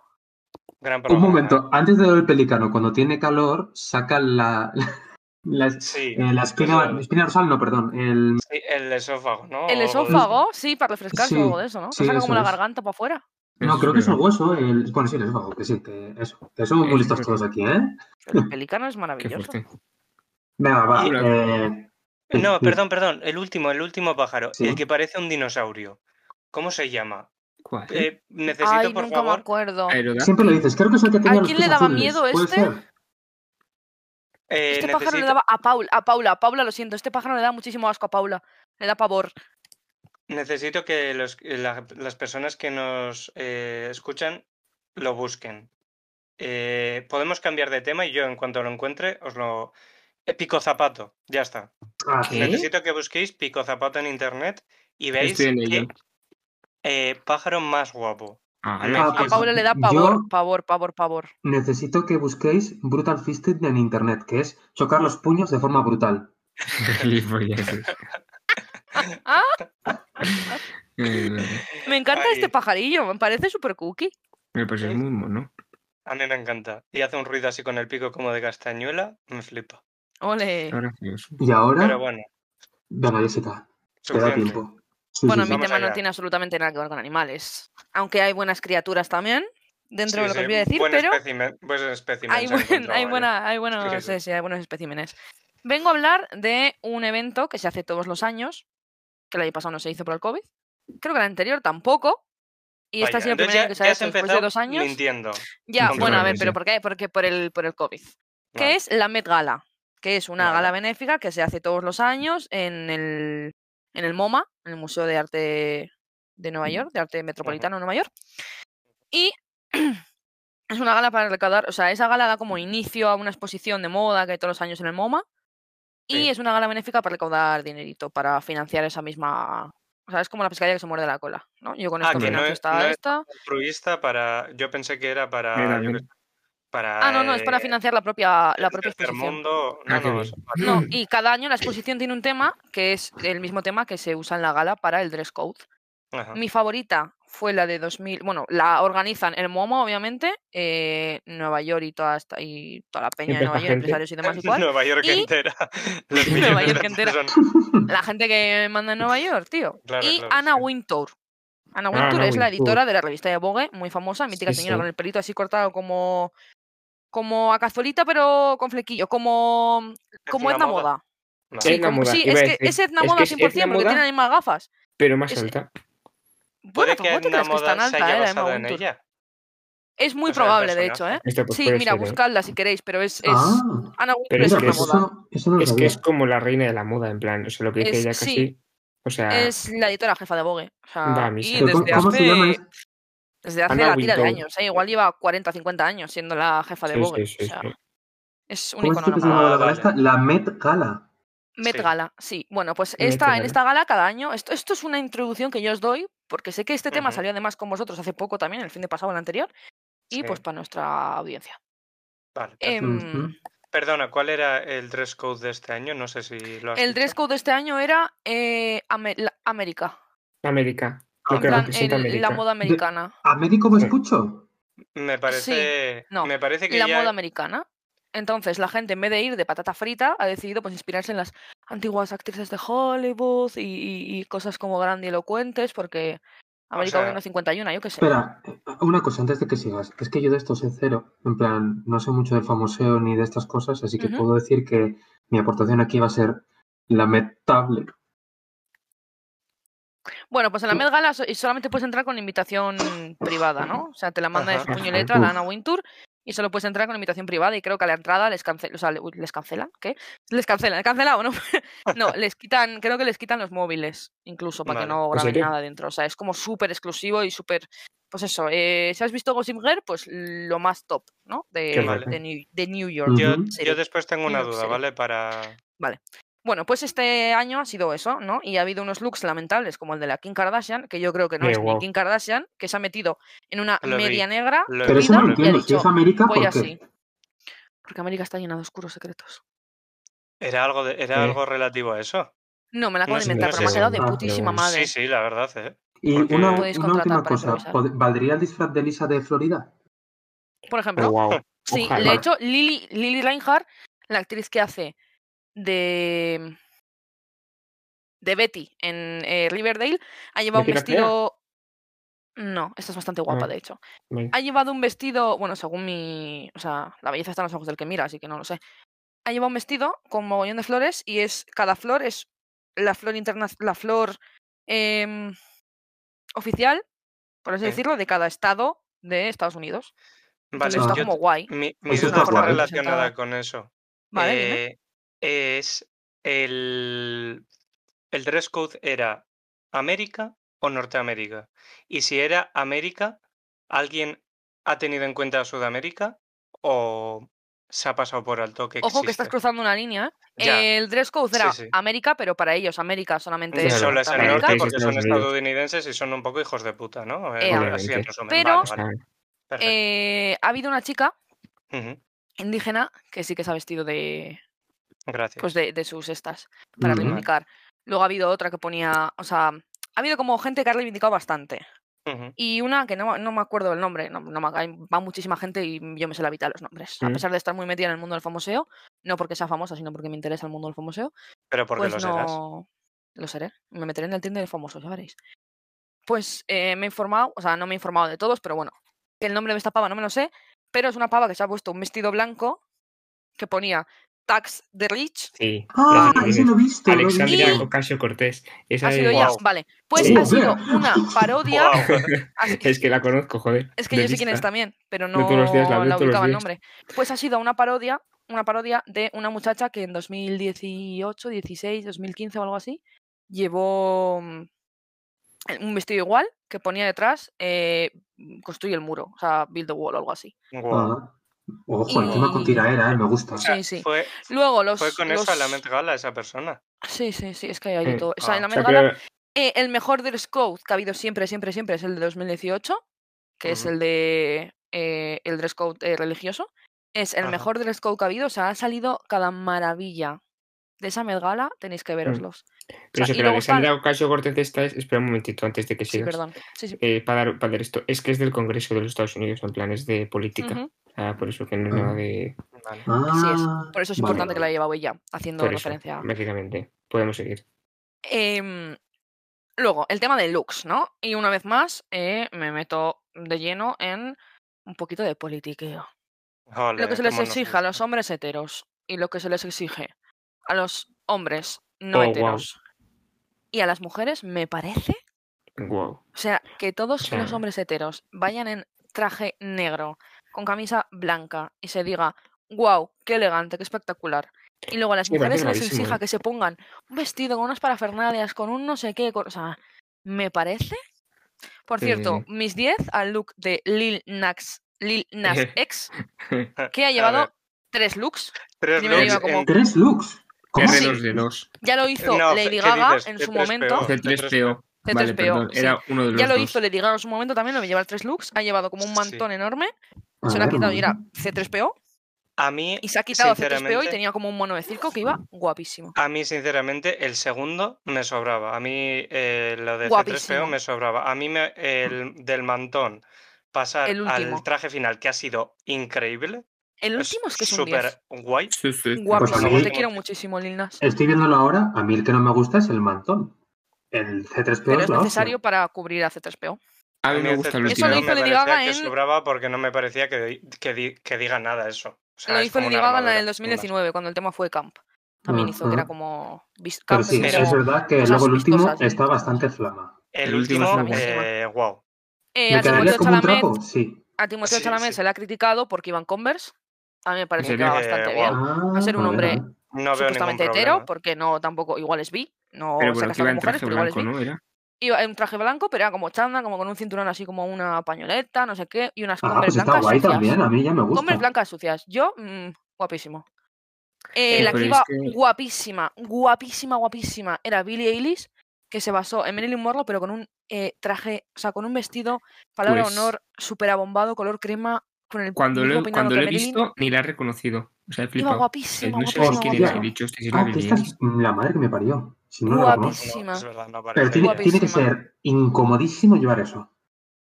S3: Gran
S2: Un
S3: programa.
S2: momento, antes de ver el pelicano, cuando tiene calor, saca la, la,
S3: Sí,
S2: eh, la espina,
S3: Eso.
S2: espina dorsal, no, perdón. El,
S3: sí, el esófago, ¿no? O
S4: El
S3: algo de eso.
S4: esófago, sí, para refrescarse o
S2: Sí,
S4: algo de eso, ¿no?
S2: sí,
S4: Se saca
S2: eso
S4: como la
S2: es.
S4: garganta para afuera.
S2: no,
S1: Eso
S2: creo que es el
S1: verdad.
S2: hueso. El, bueno, sí, el esófago, que sí, que eso. Que somos muy
S1: Es
S2: listos
S1: verdad.
S2: todos aquí, ¿eh?
S4: El pelicano es
S1: Qué
S4: maravilloso.
S1: fuerte.
S2: Venga, va.
S3: Y-
S2: eh,
S3: No,
S2: sí.
S3: perdón, perdón, el último, el último pájaro,
S2: Sí.
S3: el que parece un dinosaurio. ¿ómo se llama?
S1: ¿Cuál?
S3: Eh, necesito,
S4: Ay,
S3: por
S4: nunca
S3: favor.
S4: me acuerdo.
S1: Aerodáctil.
S2: Siempre lo dices, creo que es el que tenía los
S4: quién
S2: pies
S4: le daba
S2: azules,
S4: miedo
S2: ¿puede
S4: este?
S2: ser?
S3: eh,
S4: este pájaro le
S3: necesito-
S4: daba a Paula, a Paula, a Paula, lo siento, este pájaro le da muchísimo asco a Paula. Le da pavor.
S3: Necesito que los- la- las personas que nos eh, escuchan lo busquen. Eh, podemos cambiar de tema y yo en cuanto lo encuentre os lo... Eh, Pico zapato, ya está.
S2: Ah,
S1: ¿Qué?
S3: Necesito que busquéis pico zapato en internet y veis
S1: Estoy en
S3: qué
S1: ello.
S3: eh, pájaro más guapo.
S1: Ah,
S3: No,
S1: no.
S3: Ah,
S4: A
S3: pues,
S4: Paula le da
S2: yo-
S4: pavor, pavor, pavor, pavor.
S2: Necesito que busquéis Brutal Fisted en internet, que es chocar los puños de forma brutal.
S1: Gilipolleces.
S4: Ah.
S1: Ay, no.
S4: Me encanta
S3: Ay.
S4: este pajarillo, me parece súper cookie.
S1: Eh, Pues es muy mono.
S3: A mí me encanta. Y hace un ruido así con el pico como de castañuela. Me flipa.
S4: Ole.
S1: Está gracioso.
S2: Y ahora,
S3: Pero bueno,
S2: venga, Jessica, te da
S3: suficiente.
S2: tiempo. Sí,
S4: Bueno,
S2: sí, sí.
S4: mi
S3: Vamos
S4: tema no
S3: allá.
S4: tiene absolutamente nada que ver con animales. Aunque hay buenas criaturas también, dentro
S3: Sí,
S4: de lo que
S3: sí,
S4: os voy a decir,
S3: buen
S4: pero
S3: espécimen- buen espécimen
S4: hay,
S3: se ha
S4: buen-
S3: encontrado,
S4: hay,
S3: vaya.
S4: buena, hay, buenos,
S3: Sí, sí.
S4: sí, sí, hay buenos especímenes. Vengo a hablar de un evento que se hace todos los años, que el año pasado no se hizo por el COVID. Creo que el anterior tampoco. Y esta ha
S3: Vaya,
S4: sido la
S3: entonces
S4: primera
S3: ya-
S4: que se
S3: ya
S4: ha
S3: has
S4: hecho después de
S3: empezado
S4: dos años.
S3: Mintiendo.
S4: Ya,
S1: Sí,
S4: bueno, a ver,
S1: probablemente,
S4: pero
S1: sí.
S4: ¿por qué? Porque por el, por el COVID. que
S3: Vale.
S4: es la Met Gala, que es una
S3: Vale.
S4: gala benéfica que se hace todos los años en el, en el MoMA, en el Museo de Arte de Nueva York, de Arte Metropolitano de Nueva York. Y es una gala para recaudar, o sea, esa gala da como inicio a una exposición de moda que hay todos los años en el MoMA. Y
S3: Sí.
S4: es una gala benéfica para recaudar dinerito, para financiar esa misma... O sea, es como la pescadilla que se muerde la cola, ¿no? Yo con
S3: Ah,
S4: esto
S1: que no
S4: financio
S3: es-
S4: esta,
S3: no es-
S4: esta.
S3: altruista para. Yo pensé que era para.
S1: Mira,
S3: yo qué
S1: bien.
S3: sé, para
S4: Ah, no, no, es para
S3: eh, este
S4: financiar la propia, la
S3: el
S4: propia
S3: tercer
S4: exposición.
S3: mundo. No,
S1: Ah, qué
S3: no,
S1: bien.
S3: eso es para-
S4: No, y cada año la exposición tiene un tema que es el mismo tema que se usa en la gala para el dress code.
S3: Ajá.
S4: Mi favorita fue la de 2000, bueno, la organizan el MoMA, obviamente, eh, Nueva York y toda, esta, y toda la peña de
S1: Siempre
S4: Nueva
S1: está
S4: York,
S1: gente.
S4: empresarios y demás y cual.
S3: Nueva York
S4: Y-
S3: entera.
S1: Nueva
S3: Los millones de
S4: York entera.
S3: personas.
S4: La gente que manda en Nueva York, tío.
S3: Claro,
S4: y
S3: claro,
S4: Anna
S3: sí.
S4: Wintour. Anna
S1: Ah,
S4: Wintour
S1: Anna
S4: es la
S1: Wintour.
S4: editora de la revista de Vogue, muy famosa, mítica
S1: Sí,
S4: señora
S1: sí.
S4: con el pelito así cortado como como a cazuelita pero con flequillo, como como
S3: una
S4: Edna Moda.
S3: Vale.
S4: Sí,
S1: Edna
S4: como-
S1: Moda,
S4: sí,
S1: iba
S4: es
S1: a
S4: que
S1: decir.
S4: es Edna
S1: Es que
S4: Moda
S1: es
S4: 100%
S1: Edna
S4: porque tiene
S1: Moda.
S4: las mismas gafas.
S1: Pero más
S4: Es-
S1: alta.
S4: Bueno,
S3: Puede que
S4: tampoco te
S3: Edna
S4: creas que es tan
S3: Moda se
S4: alta,
S3: haya
S4: eh, la Emma
S3: basado en
S4: Wintour.
S3: ella.
S4: Es muy
S3: O sea, el
S4: probable, de hecho, ¿eh?
S3: personaje.
S1: Esto pues,
S4: Sí,
S1: puede
S4: mira,
S1: ser, ¿eh?
S4: buscadla si queréis, pero es, es
S2: Ah,
S4: Anna Wintour
S1: Pero
S4: es,
S1: es
S2: mira,
S1: que
S4: una
S2: pues
S1: es-
S4: moda.
S2: eso, eso no lo
S1: Es que
S2: sabía.
S1: es como la reina de la moda, en plan. O sea, lo que dice
S4: Es-
S1: ella
S4: sí.
S1: casi. O sea,
S4: Es la editora jefa de Vogue. O sea,
S1: Va a misa.
S4: y
S2: Pero
S4: desde
S2: ¿Cómo,
S4: hace,
S2: cómo se llama? es-
S4: desde hace
S1: Anna
S4: la tira de
S1: Wintour.
S4: años, ¿eh? Igual lleva 40 o 50 años siendo la jefa de
S1: sí,
S4: Vogue.
S1: sí, sí,
S4: o sea,
S1: sí.
S4: es un
S2: ¿Cómo es
S4: icono
S2: que
S4: de
S2: se
S4: la moda.
S2: llama la gala
S3: vale.
S2: esta? La Met Gala.
S4: Met
S3: Sí.
S4: Gala, sí. Bueno, pues
S1: Met
S4: esta, en
S1: Gala.
S4: esta gala cada año, esto, esto es una introducción que yo os doy, porque sé que este tema
S3: Ujú.
S4: salió además con vosotros hace poco también, el fin de pasado, el anterior, y
S3: Sí. Pues,
S4: pues para nuestra audiencia.
S3: Vale,
S4: Em,
S3: perfecto.
S2: Ujú.
S3: Perdona, ¿cuál era el dress code de este año? No sé si lo has
S4: el dress
S3: dicho.
S4: code de este año era eh, Ame- la- América,
S1: América. Lo
S2: Ah,
S4: en
S1: que
S2: claro,
S4: plan,
S1: representa
S4: el-
S1: América.
S4: la moda americana.
S2: ¿A médico me escucho?
S3: Me parece,
S4: no,
S3: me parece que
S4: La
S3: ya
S4: moda americana. Entonces, la gente, en vez de ir de patata frita, ha decidido pues inspirarse en las antiguas actrices de Hollywood y, y- y cosas como grandilocuentes, porque América
S3: sea-
S4: 1.51, yo qué sé.
S2: Espera, eh, una cosa antes de que sigas. Es que yo de esto sé cero. En plan, no sé mucho del famoseo ni de estas cosas, así que
S4: Ujú.
S2: puedo decir que mi aportación aquí va a ser lamentable.
S4: Bueno, pues en la
S2: Mm.
S4: Met Gala so- y solamente puedes entrar con invitación privada, ¿no? O sea, te la manda de
S3: Ajá.
S4: puño y letra la
S2: Uf.
S4: Ana Wintour y solo puedes entrar con invitación privada y creo que a la entrada les cancelan, o sea, le- uy, les cancelan, ¿qué? Les cancelan, cancelado, ¿no? no, les quitan, creo que les quitan los móviles, incluso para que
S3: Vale. ¿Pues
S4: no
S1: ¿En
S4: graben
S1: serio?
S4: nada dentro. O sea, es como súper exclusivo y súper, pues eso, eh, si has visto Gossip Girl, pues lo más top, ¿no? De,
S1: raro.
S4: de New, de New York.
S2: Ujú.
S3: Yo,
S4: Serie.
S3: yo después tengo una
S4: New York
S3: duda,
S4: Serie.
S3: ¿vale? Para.
S4: Bueno, pues este año ha sido eso, ¿no? Y ha habido unos looks lamentables como el de la Kim Kardashian, que yo creo que no
S1: Eh,
S4: es
S1: guau.
S4: ni Kim Kardashian, que se ha metido en una
S3: Lo vi,
S4: media negra,
S3: lo
S2: Pero eso no
S4: vida,
S2: lo
S4: y ha
S2: entiendo. Si
S4: dicho,
S2: es América, ¿por
S4: voy
S2: qué?
S4: así. Porque América está llena de oscuros secretos.
S3: Era algo, de- era
S1: Eh.
S3: algo relativo a eso.
S4: No, me la acabo
S3: No
S4: de
S3: sé-
S4: inventar,
S3: no
S4: pero
S3: sé
S4: me ha
S3: si-
S4: quedado de
S2: Ah, pero
S4: putísima
S1: bueno.
S4: madre.
S3: Sí, sí, la verdad, ¿eh?
S2: Y
S3: Porque-
S2: una,
S4: Podéis
S2: una
S4: contratar
S2: última
S4: para
S2: cosa,
S4: improvisar.
S2: ¿pod- ¿valdría el disfraz de Lisa de Florida?
S4: Por
S1: Oh,
S4: ejemplo,
S1: wow.
S4: sí,
S1: Ojalá.
S4: de hecho, Lily, Lily Reinhardt, la actriz que hace de, de Betty en eh, Riverdale, ha llevado un
S1: ¿Betty la fea?
S4: vestido... No, esta es bastante guapa,
S1: Ah.
S4: de hecho.
S1: Vale.
S4: ha llevado un vestido, bueno, según mi, o sea, la belleza está en los ojos del que mira, así que no lo sé. Ha llevado un vestido con mogollón de flores y es cada flor es la flor interna, la flor em, oficial, por así
S3: Sí.
S4: decirlo, de cada estado de Estados Unidos.
S3: Vale,
S4: Entonces está
S3: yo-
S4: como guay,
S3: mi, mi
S2: Eso
S3: duda
S2: está
S3: está
S2: guay.
S3: relacionada con eso.
S4: ¿vale? dime.
S3: Eh, es el, el dress code era América o Norteamérica. Y si era América, ¿alguien ha tenido en cuenta a Sudamérica? ¿O se ha pasado por alto que
S4: Ojo que
S3: existe.
S4: estás cruzando una línea. ¿eh?
S3: Ya.
S4: El dress code era
S3: Sí, sí.
S4: América, pero para ellos América solamente
S1: Claro,
S3: Solo es el
S1: claro,
S3: norte
S1: sí,
S3: porque
S1: sí,
S3: son
S1: Estados Unidos.
S3: estadounidenses y son un poco hijos de puta, ¿no? Eh, así
S4: Eh,
S3: en
S1: Obviamente.
S3: resumen.
S4: Pero-
S3: Vale, vale, perfecto.
S4: Eh, ha habido una chica
S3: Ujú,
S4: indígena que sí que se ha vestido de,
S3: Gracias.
S4: pues de, de sus estas para
S2: Mm.
S4: reivindicar. Luego ha habido otra que ponía, o sea, ha habido como gente que ha reivindicado bastante.
S3: Ujú,
S4: Y una que no, no me acuerdo el nombre, no, no me, hay- va muchísima gente y yo me sé la mitad de los nombres. A
S1: Mm.
S4: pesar de estar muy metida en el mundo del famoseo, no porque sea famosa, sino porque me interesa el mundo del famoseo,
S3: Pero porque
S4: pues
S3: lo serás.
S4: no lo seré. Me meteré en el Tinder de famosos, ya veréis. Pues eh, me he informado, o sea, no me he informado de todos, pero bueno, que el nombre de esta pava no me lo sé, pero es una pava que se ha puesto un vestido blanco que ponía Tax the Rich.
S1: Sí.
S2: Ah,
S1: Las
S2: ese lo he visto. lo he visto.
S1: Alexandria
S4: Y-
S1: Ocasio Cortés. Esa
S4: Ha sido
S1: es,
S4: ella,
S3: Guau.
S4: vale. Pues
S1: Sí.
S4: ha sido
S2: Joder.
S4: una parodia.
S3: Guau,
S4: así-
S1: es que la conozco, joder.
S4: es que
S1: de
S4: yo sé quién
S1: vista.
S4: es también, pero
S1: Yo
S4: no
S1: todos los días la veo, todos los
S4: ubicaba el
S1: días.
S4: nombre. Pues ha sido una parodia, una parodia de una muchacha que en 2018, 16, 2015 o algo así, llevó mm, el- un vestido igual que ponía detrás eh, construye el muro, o sea, build the wall o algo así.
S3: guau.
S2: Ah. Ojo,
S4: Y-
S2: encima con tiraera, eh, me gusta.
S4: Sí, sí.
S3: Fue,
S4: Luego los
S3: fue con eso a la
S4: los-
S3: Met Gala esa persona.
S4: Sí, sí, sí, es que hay de
S1: Mm,
S4: todo. O sea, en
S3: ah,
S4: la
S1: O sea,
S4: Met Gala,
S1: creo-
S4: eh, el mejor dress code que ha habido siempre, siempre, siempre es el de 2018, que es
S3: Ujú.
S4: el de eh, el dress code eh, religioso. Es el
S3: Ajá.
S4: mejor dress code que ha habido, o sea, ha salido cada maravilla de esa Met Gala, tenéis que veroslos.
S1: Pero
S4: O sea,
S1: eso,
S4: y
S1: que la
S4: luego está el-
S1: Alexandria Ocasio Cortez esta es. Espera un momentito antes de que
S4: Sí,
S1: sigas.
S4: perdón. Sí, sí.
S1: Eh, para, dar, para dar esto. Es que es del Congreso de los Estados Unidos, en planes de política.
S4: Ujú.
S1: Ah, por eso que no es nada de.
S3: Vale.
S4: Así es.
S2: Ah,
S4: Por eso es
S2: vale,
S4: importante que la haya llevado ella, haciendo
S1: por eso,
S4: referencia a...
S1: básicamente. Podemos seguir.
S4: Em, luego, el tema de looks, ¿no? Y una vez más, eh, me meto de lleno en un poquito de politiqueo.
S3: Ole,
S4: Lo que se les
S3: cómo nos
S4: exige a los
S3: gusta.
S4: hombres heteros y lo que se les exige a los hombres no
S1: Oh, guau.
S4: heteros y a las mujeres, me parece.
S1: Wow.
S4: O sea, que todos los
S1: sea-
S4: hombres heteros vayan en traje negro, con camisa blanca y se diga, wow, qué elegante, qué espectacular. Y luego a las
S1: Sí, me parece
S4: mujeres se les
S1: gravísimo,
S4: exija
S1: ¿eh?
S4: que se pongan un vestido con unas parafernalias, con un no sé qué, con- o sea, me parece. Por
S1: Sí, sí,
S4: cierto,
S1: sí.
S4: mis 10 al look de Lil Nas, Lil Nas X, que ha
S3: A
S4: llevado
S3: ver,
S4: tres looks.
S3: tres
S4: primero
S3: looks
S4: iba como-
S3: en-
S2: Tres looks. ¿Cómo?
S4: Sí. Oh,
S1: R2 de 2.
S4: Ya lo hizo
S3: No,
S4: Lady
S3: ¿qué
S4: Gaga
S3: dices?
S4: en
S3: Qué
S4: su
S3: tres
S4: momento.
S3: peor.
S1: C3PO.
S4: C3PO,
S1: Vale, perdón.
S4: sí.
S1: Era uno de los
S4: Ya lo
S1: dos.
S4: hizo Lady Gaga en su momento también, lo llevar tres looks. Ha llevado como un
S3: Sí.
S4: mantón enorme.
S2: A
S4: Se lo ha
S2: ver,
S4: quitado
S2: un
S4: y era
S2: momento.
S4: C3PO.
S3: A mí,
S4: Y se ha quitado C3PO y
S3: Sinceramente-
S4: tenía como un mono de circo que iba guapísimo.
S3: a mí sinceramente, el segundo me sobraba. A mí eh, lo de
S4: Guapísimo.
S3: C3PO me sobraba. A mí me- el del mantón pasar
S4: El último.
S3: al traje final que ha sido increíble.
S4: El último es que es un 10.
S3: súper guay.
S1: Sí, sí.
S4: Guapísimo.
S2: Pues a mí-
S4: Te quiero muchísimo, Lil Nas.
S2: Estoy viéndolo ahora. A mí el que no me gusta es el mantón. El C3PO
S4: Pero es
S2: la hostia.
S4: necesario para cubrir a C3PO.
S1: A
S3: A
S1: mí
S3: mí
S1: me
S3: el
S1: gusta el
S3: C3PO
S1: último.
S4: Eso lo
S3: me
S4: hizo Lady
S3: parecía
S4: Gaga
S3: que
S4: en-
S3: sobraba porque no me parecía que, di- que di- que diga nada eso. O sea,
S4: lo
S3: Ah, es
S4: hizo
S3: como
S4: Lady
S3: una
S4: Gaga en la del
S3: armadura.
S4: 2019, cuando el tema fue Camp. También hizo que era
S2: Ujú.
S4: como. vis-
S2: Ah, Pero
S4: Camp
S2: sí,
S4: es
S2: eso es
S4: como-
S2: verdad que
S4: cosas
S2: luego el último
S4: vistosas,
S2: está
S4: vistosas.
S2: bastante flama.
S3: El,
S1: El último
S3: último,
S1: es muy
S4: guay.
S3: eh, wow.
S4: Eh,
S2: ¿Me
S4: a
S2: quedaría
S4: Timothée
S2: como un
S4: Chalamet-
S2: trapo? Sí.
S4: a Timoteo
S3: Sí,
S4: Chalamet
S3: sí.
S4: se le ha criticado porque iban Converse. A mí me parece que
S1: serio?
S4: va
S1: Eh,
S4: bastante
S3: guau.
S4: bien.
S2: Ah,
S4: a ser un
S2: a ver,
S4: hombre
S2: a ver.
S3: No veo ningún
S4: supuestamente
S3: problema.
S4: hetero, pues, porque no tampoco, igual es bi,
S1: Pero
S4: no se ha
S1: bueno, que
S4: casado
S1: iba
S4: con
S1: en
S4: mujeres,
S1: traje
S4: pero igual es
S1: blanco,
S4: bi.
S1: ¿no? Era.
S4: Iba en un traje blanco, pero era como chanda, como con un cinturón así como una pañoleta, no sé qué, y unas
S2: Ah, pues
S4: converse
S2: está
S4: blancas
S2: guay
S4: sucias.
S2: también. A mí ya me
S4: Converse
S2: gusta.
S4: blancas sucias. Yo, mm, guapísimo. Eh,
S1: Eh,
S4: la
S1: pero
S4: que
S1: es
S4: iba
S1: que-
S4: guapísima, guapísima, guapísima, era Billie Eilish, que se basó en Marilyn Monroe, pero con un eh, traje, o sea, con un vestido, palabra
S1: Pues-
S4: honor, súper abombado, color crema, con el
S1: Cuando
S4: mismo
S1: lo, he-
S4: peinado
S1: cuando
S4: que
S1: lo he
S4: Marilyn.
S1: visto, ni la he reconocido. O sea, he
S4: Iba
S1: flipado. Eh,
S4: guapísima,
S1: no sé
S4: guapísima,
S1: ni quién es, he
S4: guapísima.
S1: dicho, este es la
S2: Ah, que esta
S1: Billie
S2: es la madre que me parió. Si no la
S4: Guapísima.
S2: conozco.
S3: No, es verdad, no
S2: Pero tiene,
S3: parece. que-
S2: tiene que
S4: Guapísima.
S2: ser incomodísimo llevar eso.
S1: Eilish.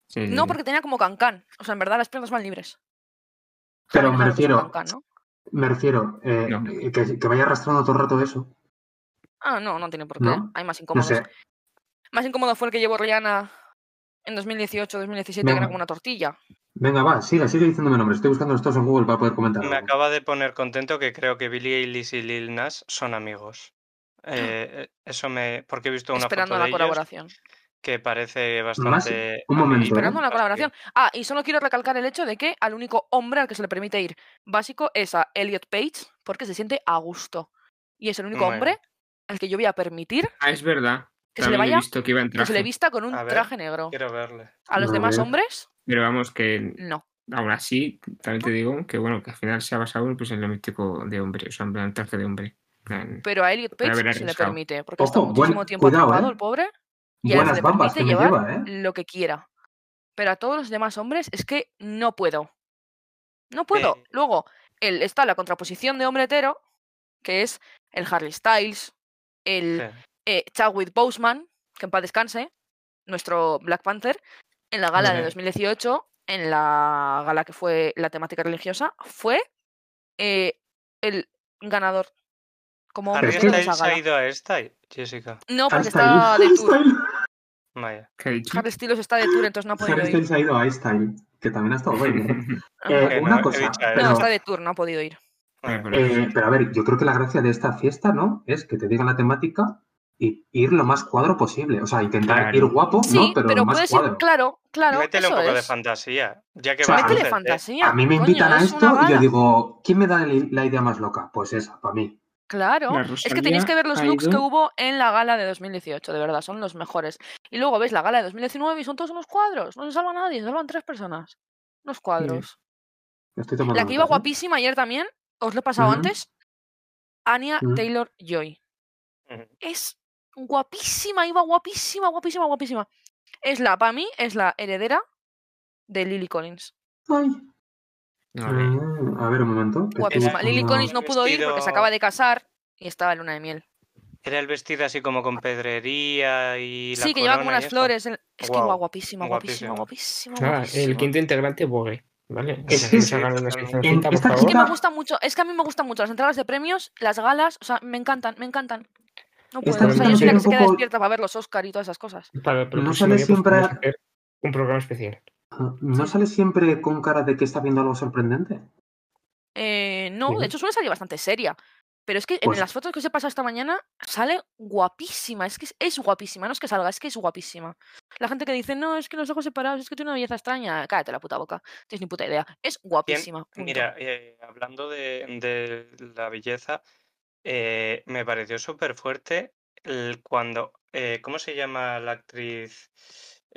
S1: Sí, sí,
S4: No,
S1: sí.
S4: porque tenía como cancán. O sea, en verdad las piernas van libres.
S2: Pero
S4: Harry
S2: me
S4: Harry es un
S2: refiero,
S4: cancán, ¿no?
S2: me refiero, eh,
S1: No.
S2: que, que vaya arrastrando todo el rato eso.
S4: Ah, no, no tiene por qué.
S2: No,
S4: Hay más
S2: No
S4: incómodos.
S2: sé.
S4: Más incómodo fue el que llevó Rihanna en 2018-2017, que era
S2: Venga.
S4: como una tortilla.
S2: Venga, va, sigue, sigue diciéndome nombres. Estoy buscando los todos en Google para poder comentar.
S3: Me
S2: algo.
S3: acaba de poner contento que creo que Billie Eilish y Lil Nas son amigos. Eh, eh, eso me. Porque he visto una
S4: Ah. esperando
S3: foto
S4: la
S3: de ellos
S4: colaboración.
S3: que parece bastante.
S2: un momento,
S3: amiguitos,
S2: ¿eh?
S4: Esperando la
S3: así que-
S4: colaboración. Ah, y solo quiero recalcar el hecho de que al único hombre al que se le permite ir básico es a Elliot Page, porque se siente a gusto. Y es el único
S3: Muy
S4: hombre al que yo voy a permitir
S1: Ah, es verdad.
S4: que se le
S1: También he
S4: vaya,
S1: visto que iba en
S4: que se le
S1: traje.
S4: vista con un
S3: A ver,
S4: traje negro.
S3: Quiero verle.
S4: A los
S2: A
S4: demás
S2: ver.
S4: hombres,
S1: Pero vamos, que
S4: no.
S1: aún así, también te digo que bueno, que al final se ha basado pues, en lo mítico de hombre, o sea, en plan traje de hombre. En plan,
S4: Pero a Elliot
S1: Para
S4: Page
S1: ver
S4: se le
S1: arriesgado.
S4: permite, porque
S2: Ojo,
S4: está muchísimo
S2: buen-
S4: tiempo
S2: cuidado,
S4: atrapado
S2: ¿eh?
S4: el pobre y a él se
S2: Buenas
S4: le
S2: bambas
S4: permite
S2: que me
S4: llevar
S2: lleva, ¿eh?
S4: lo que quiera. Pero a todos los demás hombres es que no puedo. No puedo.
S3: Eh.
S4: Luego el- está la contraposición de hombre hetero, que es el Harley Styles, el
S3: Sí.
S4: eh, Chadwick Boseman, que en paz descanse, nuestro Black Panther, en la gala de
S3: Hombre.
S4: 2018, en la gala que fue la temática religiosa, fue eh, el ganador. Como
S3: Harry
S4: hombre
S2: es
S4: hetero de
S2: que-
S4: esa
S3: Styles ha
S4: gala.
S3: ido a esta, Jessica.
S4: No, porque
S2: Einstein.
S4: está de tour.
S2: Einstein.
S3: Vaya.
S1: ¿Qué ha dicho?
S4: Harry Styles está de tour, entonces no ha podido
S2: Harry
S4: ir.
S2: Styles ha ido a Einstein, que también ha estado bueno. ¿eh?
S4: Ah,
S2: Eh,
S3: Que
S2: una
S3: no,
S2: cosa,
S3: he dicho a él.
S4: No,
S2: pero-
S4: está de tour, no ha podido ir.
S1: Bueno,
S3: Vaya.
S1: pero-
S2: Eh, pero a ver, yo creo que la gracia de esta fiesta, ¿no? Es que te digan la temática y ir lo más cuadro posible. O sea, intentar
S1: Claro.
S2: ir guapo,
S4: Sí,
S2: ¿no? Pero,
S4: pero
S2: lo más
S4: puede ser,
S2: cuadro.
S4: claro, claro.
S3: Métele un
S4: eso
S3: poco de
S4: es.
S3: fantasía. Ya que
S2: O sea,
S3: vas
S4: Métele
S3: a hacer, ¿eh?
S4: fantasía.
S2: a mí me
S4: coño,
S2: invitan a
S4: es una
S2: esto y yo
S4: gala.
S2: digo, ¿quién me da la la idea más loca? Pues esa, para mí.
S4: Claro.
S1: La
S4: Es que tenéis
S1: Rosalía
S4: que ver los
S1: pues ha
S4: looks que
S1: ido-
S4: hubo en la gala de 2018, de verdad, son los mejores. Y luego ves la gala de 2019 y son todos unos cuadros, no se salva nadie, se salvan tres personas. Unos cuadros.
S2: Estoy tomando
S4: La que iba
S2: notas, ¿eh?
S4: guapísima ayer también, os lo he pasado
S2: Ujú.
S4: antes, Anya
S2: Ujú.
S4: Taylor Joy.
S3: Ujú.
S4: Es guapísima, iba guapísima, guapísima, guapísima. Es la, para mí, es la heredera de Lily Collins.
S2: Ay.
S1: No, hombre.
S2: Mm, a ver, un momento. que estoy
S4: Guapísima.
S2: buscando-
S4: Lily Collins no pudo ir porque se
S3: Vestido-
S4: acaba de casar y estaba en luna de miel.
S3: Era el vestido así como con pedrería y la
S4: Sí, que lleva como
S3: corona y
S4: unas
S3: esto.
S4: flores. en- Es que iba
S3: Guau,
S4: guapísima, guapísima,
S3: guapísima.
S4: guapísima.
S1: Nada, Ah, el
S4: guapísima.
S1: quinto integrante Bogue, ¿vale? O
S2: Es
S1: sea,
S2: que
S1: que nos
S2: sí,
S1: hagan unas
S3: totalmente.
S1: cancioncitas,
S2: En
S1: por
S2: esta
S1: favor.
S4: Es que me
S2: Ahora-
S4: gusta mucho, es que a mí me gustan mucho las entradas de premios, las galas, o sea, me encantan, me encantan.
S2: Esta
S4: No puedo, o sea,
S1: también
S4: yo soy la
S1: tiene
S4: que
S2: un
S4: se queda
S2: poco-
S4: despierta para ver los Oscar y todas esas cosas.
S1: Para, para el
S2: No
S1: próximo
S2: sale
S1: día, pues,
S2: siempre-
S1: podemos hacer un programa especial.
S2: ¿No sale siempre con cara de que está viendo algo sorprendente?
S4: Eh, no,
S1: Bien.
S4: de hecho suele salir bastante seria. Pero es que
S2: Pues-
S4: en las fotos que os he pasado esta mañana sale guapísima, es que es, es guapísima, no es que salga, es que es guapísima. La gente que dice, no, es que los ojos separados, es que tiene una belleza extraña, cállate la puta boca, no tienes ni puta idea. Es guapísima. punto.
S3: Mira, eh, hablando de, de la belleza, eh, me pareció súper fuerte el- cuando, eh, ¿cómo se llama la actriz?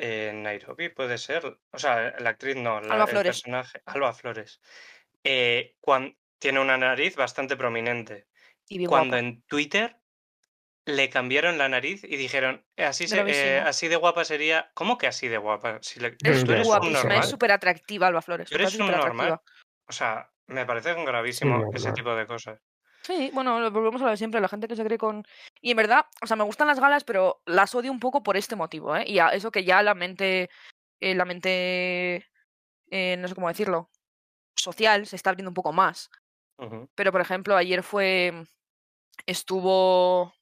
S3: Eh, Nairobi puede ser, o sea, la actriz no, la-
S4: Alba
S3: el
S4: Flores.
S3: personaje, Alba Flores, cuando tiene una nariz bastante prominente.
S4: Y bien
S3: cuando
S4: guapa.
S3: en Twitter le cambiaron la nariz y dijeron, "Eh, así, se-
S4: Gravísimo.
S3: eh, así de guapa sería, ¿cómo que así de guapa? Si le-
S1: Es
S3: tú eres un
S1: guapísima,
S4: Guapísima,
S3: normal.
S4: es súper atractiva Alba Flores.
S3: Tú eres
S4: parece
S3: un
S4: superatractiva.
S3: normal. O sea, me parece un
S1: Sí,
S3: gravísimo
S1: normal.
S3: ese tipo de cosas.
S4: Sí, bueno, lo- volvemos a lo de siempre, la gente que se cree con... Y en verdad, o sea, me gustan las galas, pero las odio un poco por este motivo, ¿eh? Y a eso que ya la mente, eh, la mente, eh, no sé cómo decirlo, social se está abriendo un poco más.
S3: Ujú.
S4: Pero, por ejemplo, ayer fue, estuvo,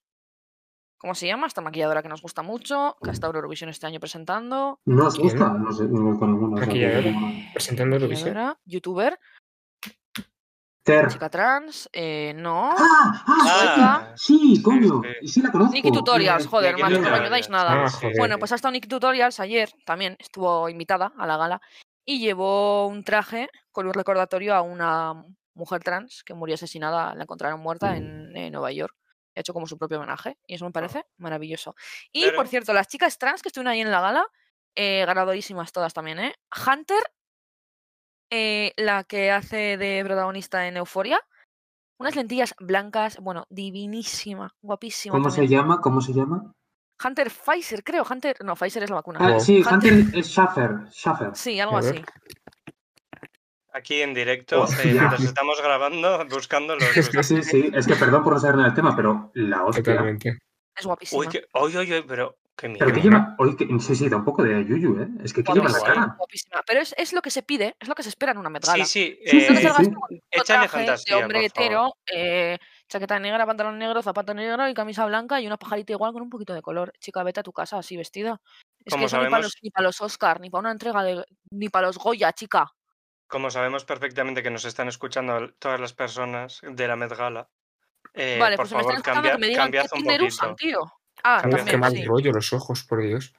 S4: ¿cómo se llama? Esta maquilladora que nos gusta mucho, que ha estado en Eurovisión este año presentando.
S2: No os
S1: ¿Quién?
S2: gusta, no sé, no con ninguno. o sea,
S1: Maquilladora.
S2: que yo no-
S1: Presentando Eurovisión.
S4: Maquilladora, youtuber,
S2: Ter.
S4: chica trans, eh, no.
S2: ¡Ah! ¡Ah!
S3: Ah,
S2: sí,
S3: sí,
S2: coño.
S3: sí.
S2: Y sí la conozco.
S4: Nikki Tutorials,
S2: Eh,
S4: joder,
S3: Aquí
S4: macho,
S3: no
S4: no me
S3: te
S4: ayudáis
S3: vayas.
S4: nada.
S1: Ah,
S3: Sí, sí,
S1: joder.
S4: Bueno, pues ha estado Nick Tutorials ayer, también estuvo invitada a la gala y llevó un traje con un recordatorio a una mujer trans que murió asesinada, la encontraron muerta
S2: Mm.
S4: en, eh, Nueva York. Ha hecho como su propio homenaje y eso
S2: Ah.
S4: me parece maravilloso. Y por
S3: Claro.
S4: cierto, las chicas trans que estuvieron ahí en la gala, eh, ganadorísimas todas también, ¿eh? Hunter, eh, la que hace de protagonista en Euforia, unas lentillas blancas, bueno, divinísima, guapísima.
S2: ¿Cómo
S4: también.
S2: se llama? ¿Cómo se llama?
S4: Hunter Pfizer, creo. Hunter. No, Pfizer es la vacuna.
S2: Ah,
S1: Wow.
S2: sí,
S4: Hunter-
S2: Hunter es Schaffer. Schaffer.
S4: Sí, algo
S1: A ver.
S4: así.
S3: Aquí en directo,
S2: Hostia.
S3: eh, mientras estamos grabando, buscando los...
S2: Sí, sí, Oh, es que perdón por no saber nada del tema, pero la hostia.
S1: Totalmente.
S4: Es guapísima.
S3: Uy, que- uy, uy, uy, pero qué
S2: Pero que
S3: miedo.
S2: lleva. Hoy que... Sí, sí, da un poco de yuyu, ¿eh? Es que ¿qué lleva en la
S4: guapísima,
S2: cara?
S4: guapísima. Pero es, es lo que se pide, es lo que se espera en una Met Gala.
S3: Sí,
S2: Sí,
S3: sí,
S4: No te
S2: sí,
S3: eh,
S4: salgas
S2: sí.
S4: tú con tu
S3: échale
S4: traje de
S3: fantasía,
S4: hombre
S3: por favor.
S4: hetero, eh, chaqueta negra, pantalón negro, zapato negro y camisa blanca y una pajarita igual con un poquito de color. Chica, vete a tu casa así vestida. Es
S3: Como
S4: que eso ni para
S3: sabemos-
S4: los, ni pa' los Oscar, ni para una entrega, de, ni para los Goya, chica.
S3: Como sabemos perfectamente que nos están escuchando l- todas las personas de la Met Gala, eh,
S4: vale,
S3: por
S4: pues si me
S3: favor,
S4: están escuchando que me digan
S3: cambiad
S4: qué
S3: un
S4: Tinder
S3: poquito.
S4: usan, tío. Ah,
S1: Uf, qué
S4: también,
S1: mal
S4: sí.
S1: rollo los ojos, por Dios.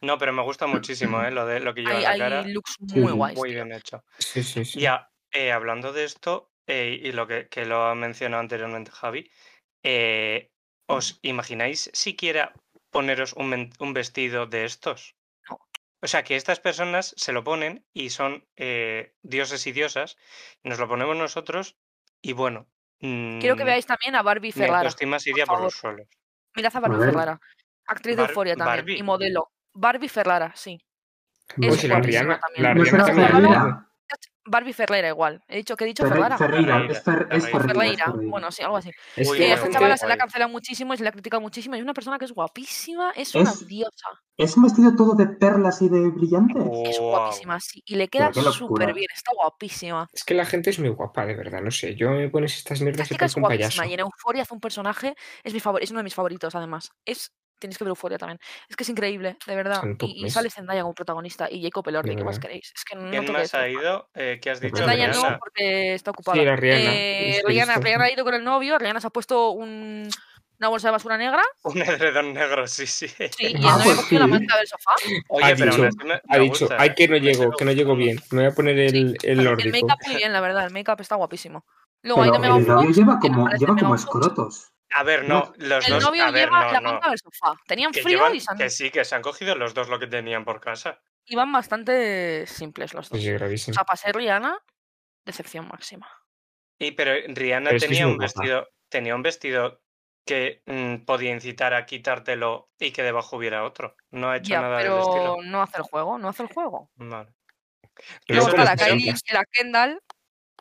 S3: No, pero me gusta muchísimo eh, lo, de, lo que lleva
S4: Hay,
S3: en la cara.
S4: hay looks
S2: Sí,
S4: muy
S2: sí.
S4: guays.
S3: Muy
S4: tío.
S3: bien hecho.
S1: Sí, sí, sí.
S3: Ya, eh, hablando de esto, eh, y lo que, que lo ha mencionado anteriormente Javi, eh, ¿os imagináis siquiera poneros un, men- un vestido de estos?
S4: No.
S3: O sea, que estas personas se lo ponen y son eh, dioses y diosas, nos lo ponemos nosotros y bueno. mm,
S4: Quiero que veáis también a Barbie
S3: Mi
S4: Ferrara.
S3: autoestima se iría
S4: por
S3: por, los suelos.
S4: Mirad a Barbie
S2: Vale.
S4: Ferrara. Actriz de
S3: Bar-
S4: Euforia también.
S3: Barbie.
S4: Y modelo. Barbie Ferrara, sí.
S1: Uy,
S4: Es
S1: si la
S4: guapísima
S1: Rihanna,
S4: también.
S1: la
S2: No
S1: Rihanna
S2: será
S1: está muy
S4: Ferrara.
S1: guapa.
S2: Ferreira.
S4: Barbie Ferreira igual. He dicho que he dicho
S2: Ferre-
S4: Ferrara.
S2: Ferreira. Es Fer- es
S3: Ferreira.
S2: Ferreira.
S4: Ferreira.
S2: es Ferreira.
S4: Bueno, sí, algo así.
S1: Es
S3: Uy,
S1: que
S4: Y
S1: la
S3: bueno,
S4: a esta
S1: gente-
S4: chavala se la ha
S3: guay.
S4: cancelado muchísimo y se la ha criticado muchísimo. Y es una persona que es guapísima, es una
S2: Es-
S4: diosa.
S2: ¿Es un vestido todo de perlas y de brillantes?
S4: Es
S3: Guau.
S4: guapísima, sí. Y le queda
S2: Pero qué locura.
S4: súper bien, está guapísima.
S1: Es que la gente es muy guapa, de verdad, no sé. Yo me pones estas
S4: Esta
S1: mierdas y
S4: chica es
S1: parezco un payaso.
S4: guapísima y en Euforia hace un personaje, es, mi favor, es uno de mis favoritos además. Es, tienes que ver Euforia también. Es que es increíble, de verdad.
S1: Santo
S4: Y, y
S1: mes.
S4: sale Zendaya como protagonista y Jacob Elordi,
S1: De
S4: ¿qué más
S1: verdad.
S4: queréis? Es que no
S3: ¿Quién
S4: tengo que
S3: más ha
S4: decir más.
S3: ido? Eh, ¿Qué has dicho?
S4: Zendaya no,
S3: Rihanna?
S4: porque está ocupada.
S1: Sí, la Rihanna.
S4: Eh,
S1: es que
S4: Rihanna,
S1: está-
S4: Rihanna ha ido con el novio, Rihanna se ha puesto un- una bolsa de basura negra
S3: Un edredón negro, sí, sí.
S4: sí, y el
S2: Ah,
S4: novio
S2: pues
S4: ha cogido la
S2: sí.
S4: manta del sofá.
S3: Oye, pero
S1: dicho-
S3: aún así me,
S1: Ha
S3: me
S1: dicho,
S3: gusta, ¿eh?
S1: ay, que no
S3: me
S1: llego,
S3: sigue
S1: que no llego
S3: gustando.
S1: bien. Me voy a poner el, el
S4: El
S1: lórdico.
S4: make-up muy bien, la verdad, el make-up está guapísimo.
S2: Pero
S4: Luego hay una
S2: el
S4: Megan
S2: novio
S4: Fox,
S2: lleva
S4: que no
S2: como,
S4: parece
S2: lleva como
S4: Megan Fox.
S2: escrotos.
S3: A ver, no, los
S4: El
S3: dos.
S4: novio
S3: a ver,
S4: lleva
S3: no,
S4: la
S3: no.
S4: manta del sofá. Tenían
S3: Que,
S4: frío
S3: llevan,
S4: y se han-
S3: que sí, que se han cogido los dos lo que tenían por casa.
S4: iban bastante simples los dos.
S1: Pues sí,
S4: O
S1: gravísimo.
S4: sea, para ser Rihanna, decepción máxima.
S3: Y pero Rihanna
S1: Pero es que es
S3: tenía
S1: muy
S3: un
S1: guapa.
S3: vestido, tenía un vestido que mm, podía incitar a quitártelo y que debajo hubiera otro. No ha hecho
S4: Ya,
S3: nada del
S4: pero
S3: estilo.
S4: no hace el juego, no hace el juego.
S3: Vale.
S1: Pero
S4: Luego
S1: eso
S4: está
S1: no
S4: la
S1: es
S4: Kylie,
S1: ejemplo.
S4: la Kendall,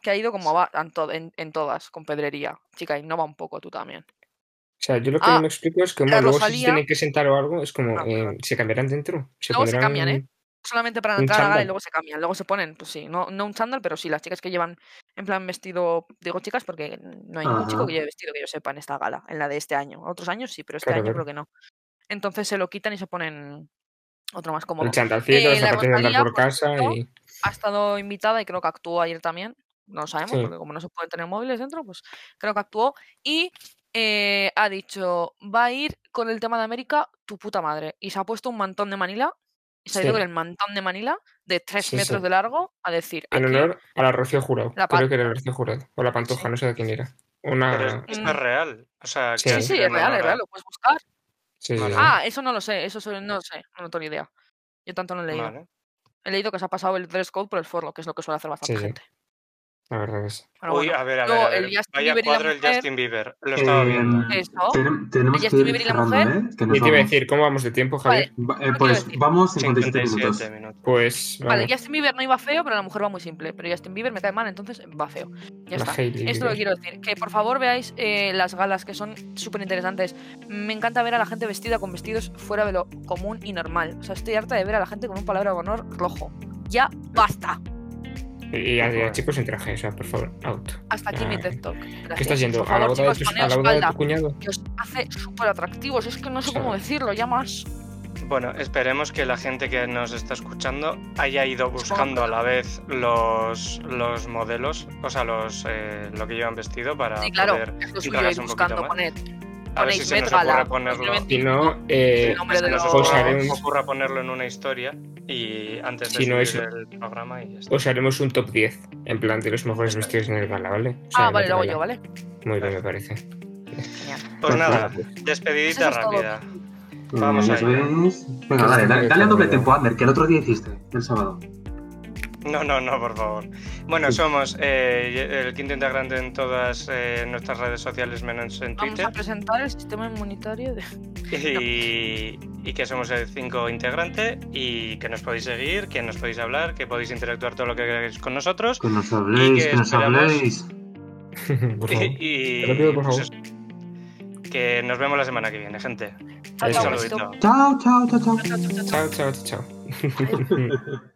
S4: que ha ido como va en, to- en- en todas, con pedrería. Chica, innova un poco tú también.
S1: O sea, yo lo que
S4: Ah,
S1: no me explico es que
S4: la
S1: bueno, luego si se
S4: Rosalía-
S1: tienen que sentar o algo, es como,
S4: Ah,
S1: eh,
S4: perdón.
S1: se cambiarán dentro. Se
S4: Luego se
S1: pondrán-
S4: cambian, ¿eh? Solamente para
S1: Un
S4: entrar a la gala y
S1: chándal.
S4: luego se cambian. Luego se ponen, pues sí, no, no un chándal, pero sí, las chicas que llevan en plan vestido, digo chicas, porque no hay ningún chico
S2: Ajá.
S4: que lleve vestido que yo sepa en esta gala, en la de este año. Otros años sí, pero este
S1: Claro,
S4: año
S1: claro.
S4: creo que no. Entonces se lo quitan y se ponen otro más cómodo.
S1: El chantalcito,
S4: Eh,
S1: los
S4: la
S1: zapatos de andar
S4: Rosalía,
S1: por
S4: por
S1: casa y.
S4: ha estado invitada y creo que actuó ayer también. No lo sabemos,
S1: Sí.
S4: porque como no se pueden tener móviles dentro, pues creo que actuó. Y eh, ha dicho, va a ir con el tema de América tu puta madre. Y se ha puesto un mantón de Manila. Y se ha ido
S1: Sí.
S4: con el mantón de Manila de 3
S1: Sí, sí.
S4: metros de largo a decir,
S1: En
S4: aquí
S1: honor a la Rocío Jurado.
S4: La
S1: Creo que era la Rocío Jurado. O la Pantoja,
S4: Sí.
S1: no sé de quién era.
S3: Pero
S1: Una.
S3: esto es
S4: Mm.
S3: real. O sea,
S1: Sí.
S3: quiero
S4: Sí, sí,
S3: decir,
S4: es
S3: no,
S4: real,
S3: no,
S4: es
S3: no.
S4: real, lo puedes buscar.
S1: Sí, sí, sí.
S4: Ah, eso no lo sé, eso soy- no lo sé, no tengo ni idea. Yo tanto no he leído.
S3: Vale.
S4: He leído que se ha pasado el dress code por el forro, que es lo que suele hacer bastante
S1: Sí.
S4: gente.
S1: La verdad es.
S4: Pero
S3: Uy,
S4: bueno,
S3: a ver, a ver.
S4: luego
S3: a ver.
S4: el Justin
S3: Vaya
S4: Bieber y la
S3: cuadro el
S4: mujer.
S3: Justin Bieber. Lo estaba viendo.
S2: Eh,
S4: eso.
S2: tenem- tenemos
S4: ¿El
S2: que
S4: Justin
S2: ir
S4: Bieber y la
S2: cerrando,
S4: mujer?
S2: ¿eh? Que nos
S1: Yo te iba a
S2: vamos.
S1: decir, ¿cómo vamos de tiempo,
S4: Vale,
S1: Javier?
S2: Va- eh,
S4: quiero
S2: pues
S4: decir.
S2: vamos 57
S3: 57
S2: minutos.
S3: minutos.
S1: Pues.
S4: Vale,
S1: vamos,
S4: Justin Bieber no iba feo, pero la mujer va muy simple. Pero Justin Bieber me cae mal, entonces va feo. Ya
S1: la
S4: está.
S1: Hailey
S4: Esto lo
S1: Bieber.
S4: que quiero decir. Que por favor veáis eh, las galas, que son súper interesantes. Me encanta ver a la gente vestida con vestidos fuera de lo común y normal. O sea, estoy harta de ver a la gente con un palabra de honor rojo. Ya basta.
S1: Y a, y a
S3: Joder.
S1: chicos en traje, o sea, por favor, out.
S4: Hasta aquí mi
S1: Ay.
S4: TED Talk. Gracias.
S1: ¿Qué estás yendo?
S4: Por
S1: ¿A la
S4: favor,
S1: boda, de,
S4: chicos,
S1: tus- a
S4: poneos
S1: la boda de tu
S4: falda.
S1: cuñado?
S4: Que os hace súper atractivos. Es que no sé cómo
S1: Joder.
S4: decirlo, ya más.
S3: Bueno, esperemos que la gente que nos está escuchando haya ido buscando a la vez los, los modelos, o sea, los, eh, lo que llevan vestido para
S4: Sí, claro.
S3: poder...
S4: Es lo suyo
S3: indagas
S4: ir
S3: un poquito
S4: buscando,
S3: más.
S4: poned.
S3: A ver
S4: Ponéis
S3: si se
S4: Met
S3: nos
S4: Gala,
S3: ocurre ponerlo,
S4: 2020,
S1: Si no, eh,
S4: el nombre
S3: se
S4: de
S3: nos
S4: los... Ah,
S1: Os haré
S3: ocurra,
S1: un-
S3: ocurra ponerlo en una historia y antes de
S1: Si no,
S3: subir
S1: eso-
S3: el Pues, programa y ya está.
S1: os haremos un top 10 en plan de los mejores vestidos en el gala, ¿vale? O sea,
S4: Ah,
S1: en
S4: vale,
S1: el
S4: lo hago
S1: gala.
S4: yo, ¿vale?
S1: Muy bien, me parece.
S4: Genial.
S3: Pues nada,
S4: Pues
S3: despedidita
S4: eso es todo.
S3: rápida.
S2: Eh,
S3: Vamos
S2: nos
S3: ahí.
S2: vemos. Venga, dale, dale, dale a doble tiempo, Ander, que el otro día hiciste, el sábado.
S3: No, no, no, por favor. Bueno, somos eh, el quinto integrante en todas eh, nuestras redes sociales menos en
S4: Vamos
S3: Twitter.
S4: a presentar el sistema inmunitario de...
S3: Y, y que somos el 5 integrante y que nos podéis seguir, que nos podéis hablar, que podéis interactuar todo lo que queráis con nosotros.
S2: Que nos
S3: Y
S2: habléis,
S3: que
S2: que, nos
S3: esperamos-
S2: habléis.
S1: Por favor.
S3: Y, y-
S1: Te lo pido, por
S3: pues
S1: favor.
S3: eso. que nos vemos la semana que viene, gente.
S1: Eso
S3: Un
S4: Chao,
S1: es.
S4: chao, besito.
S3: saludito.
S2: Chao, chao, chao, chao.
S4: Chao, chao, chao, chao.
S1: Chao, chao, chao. chao.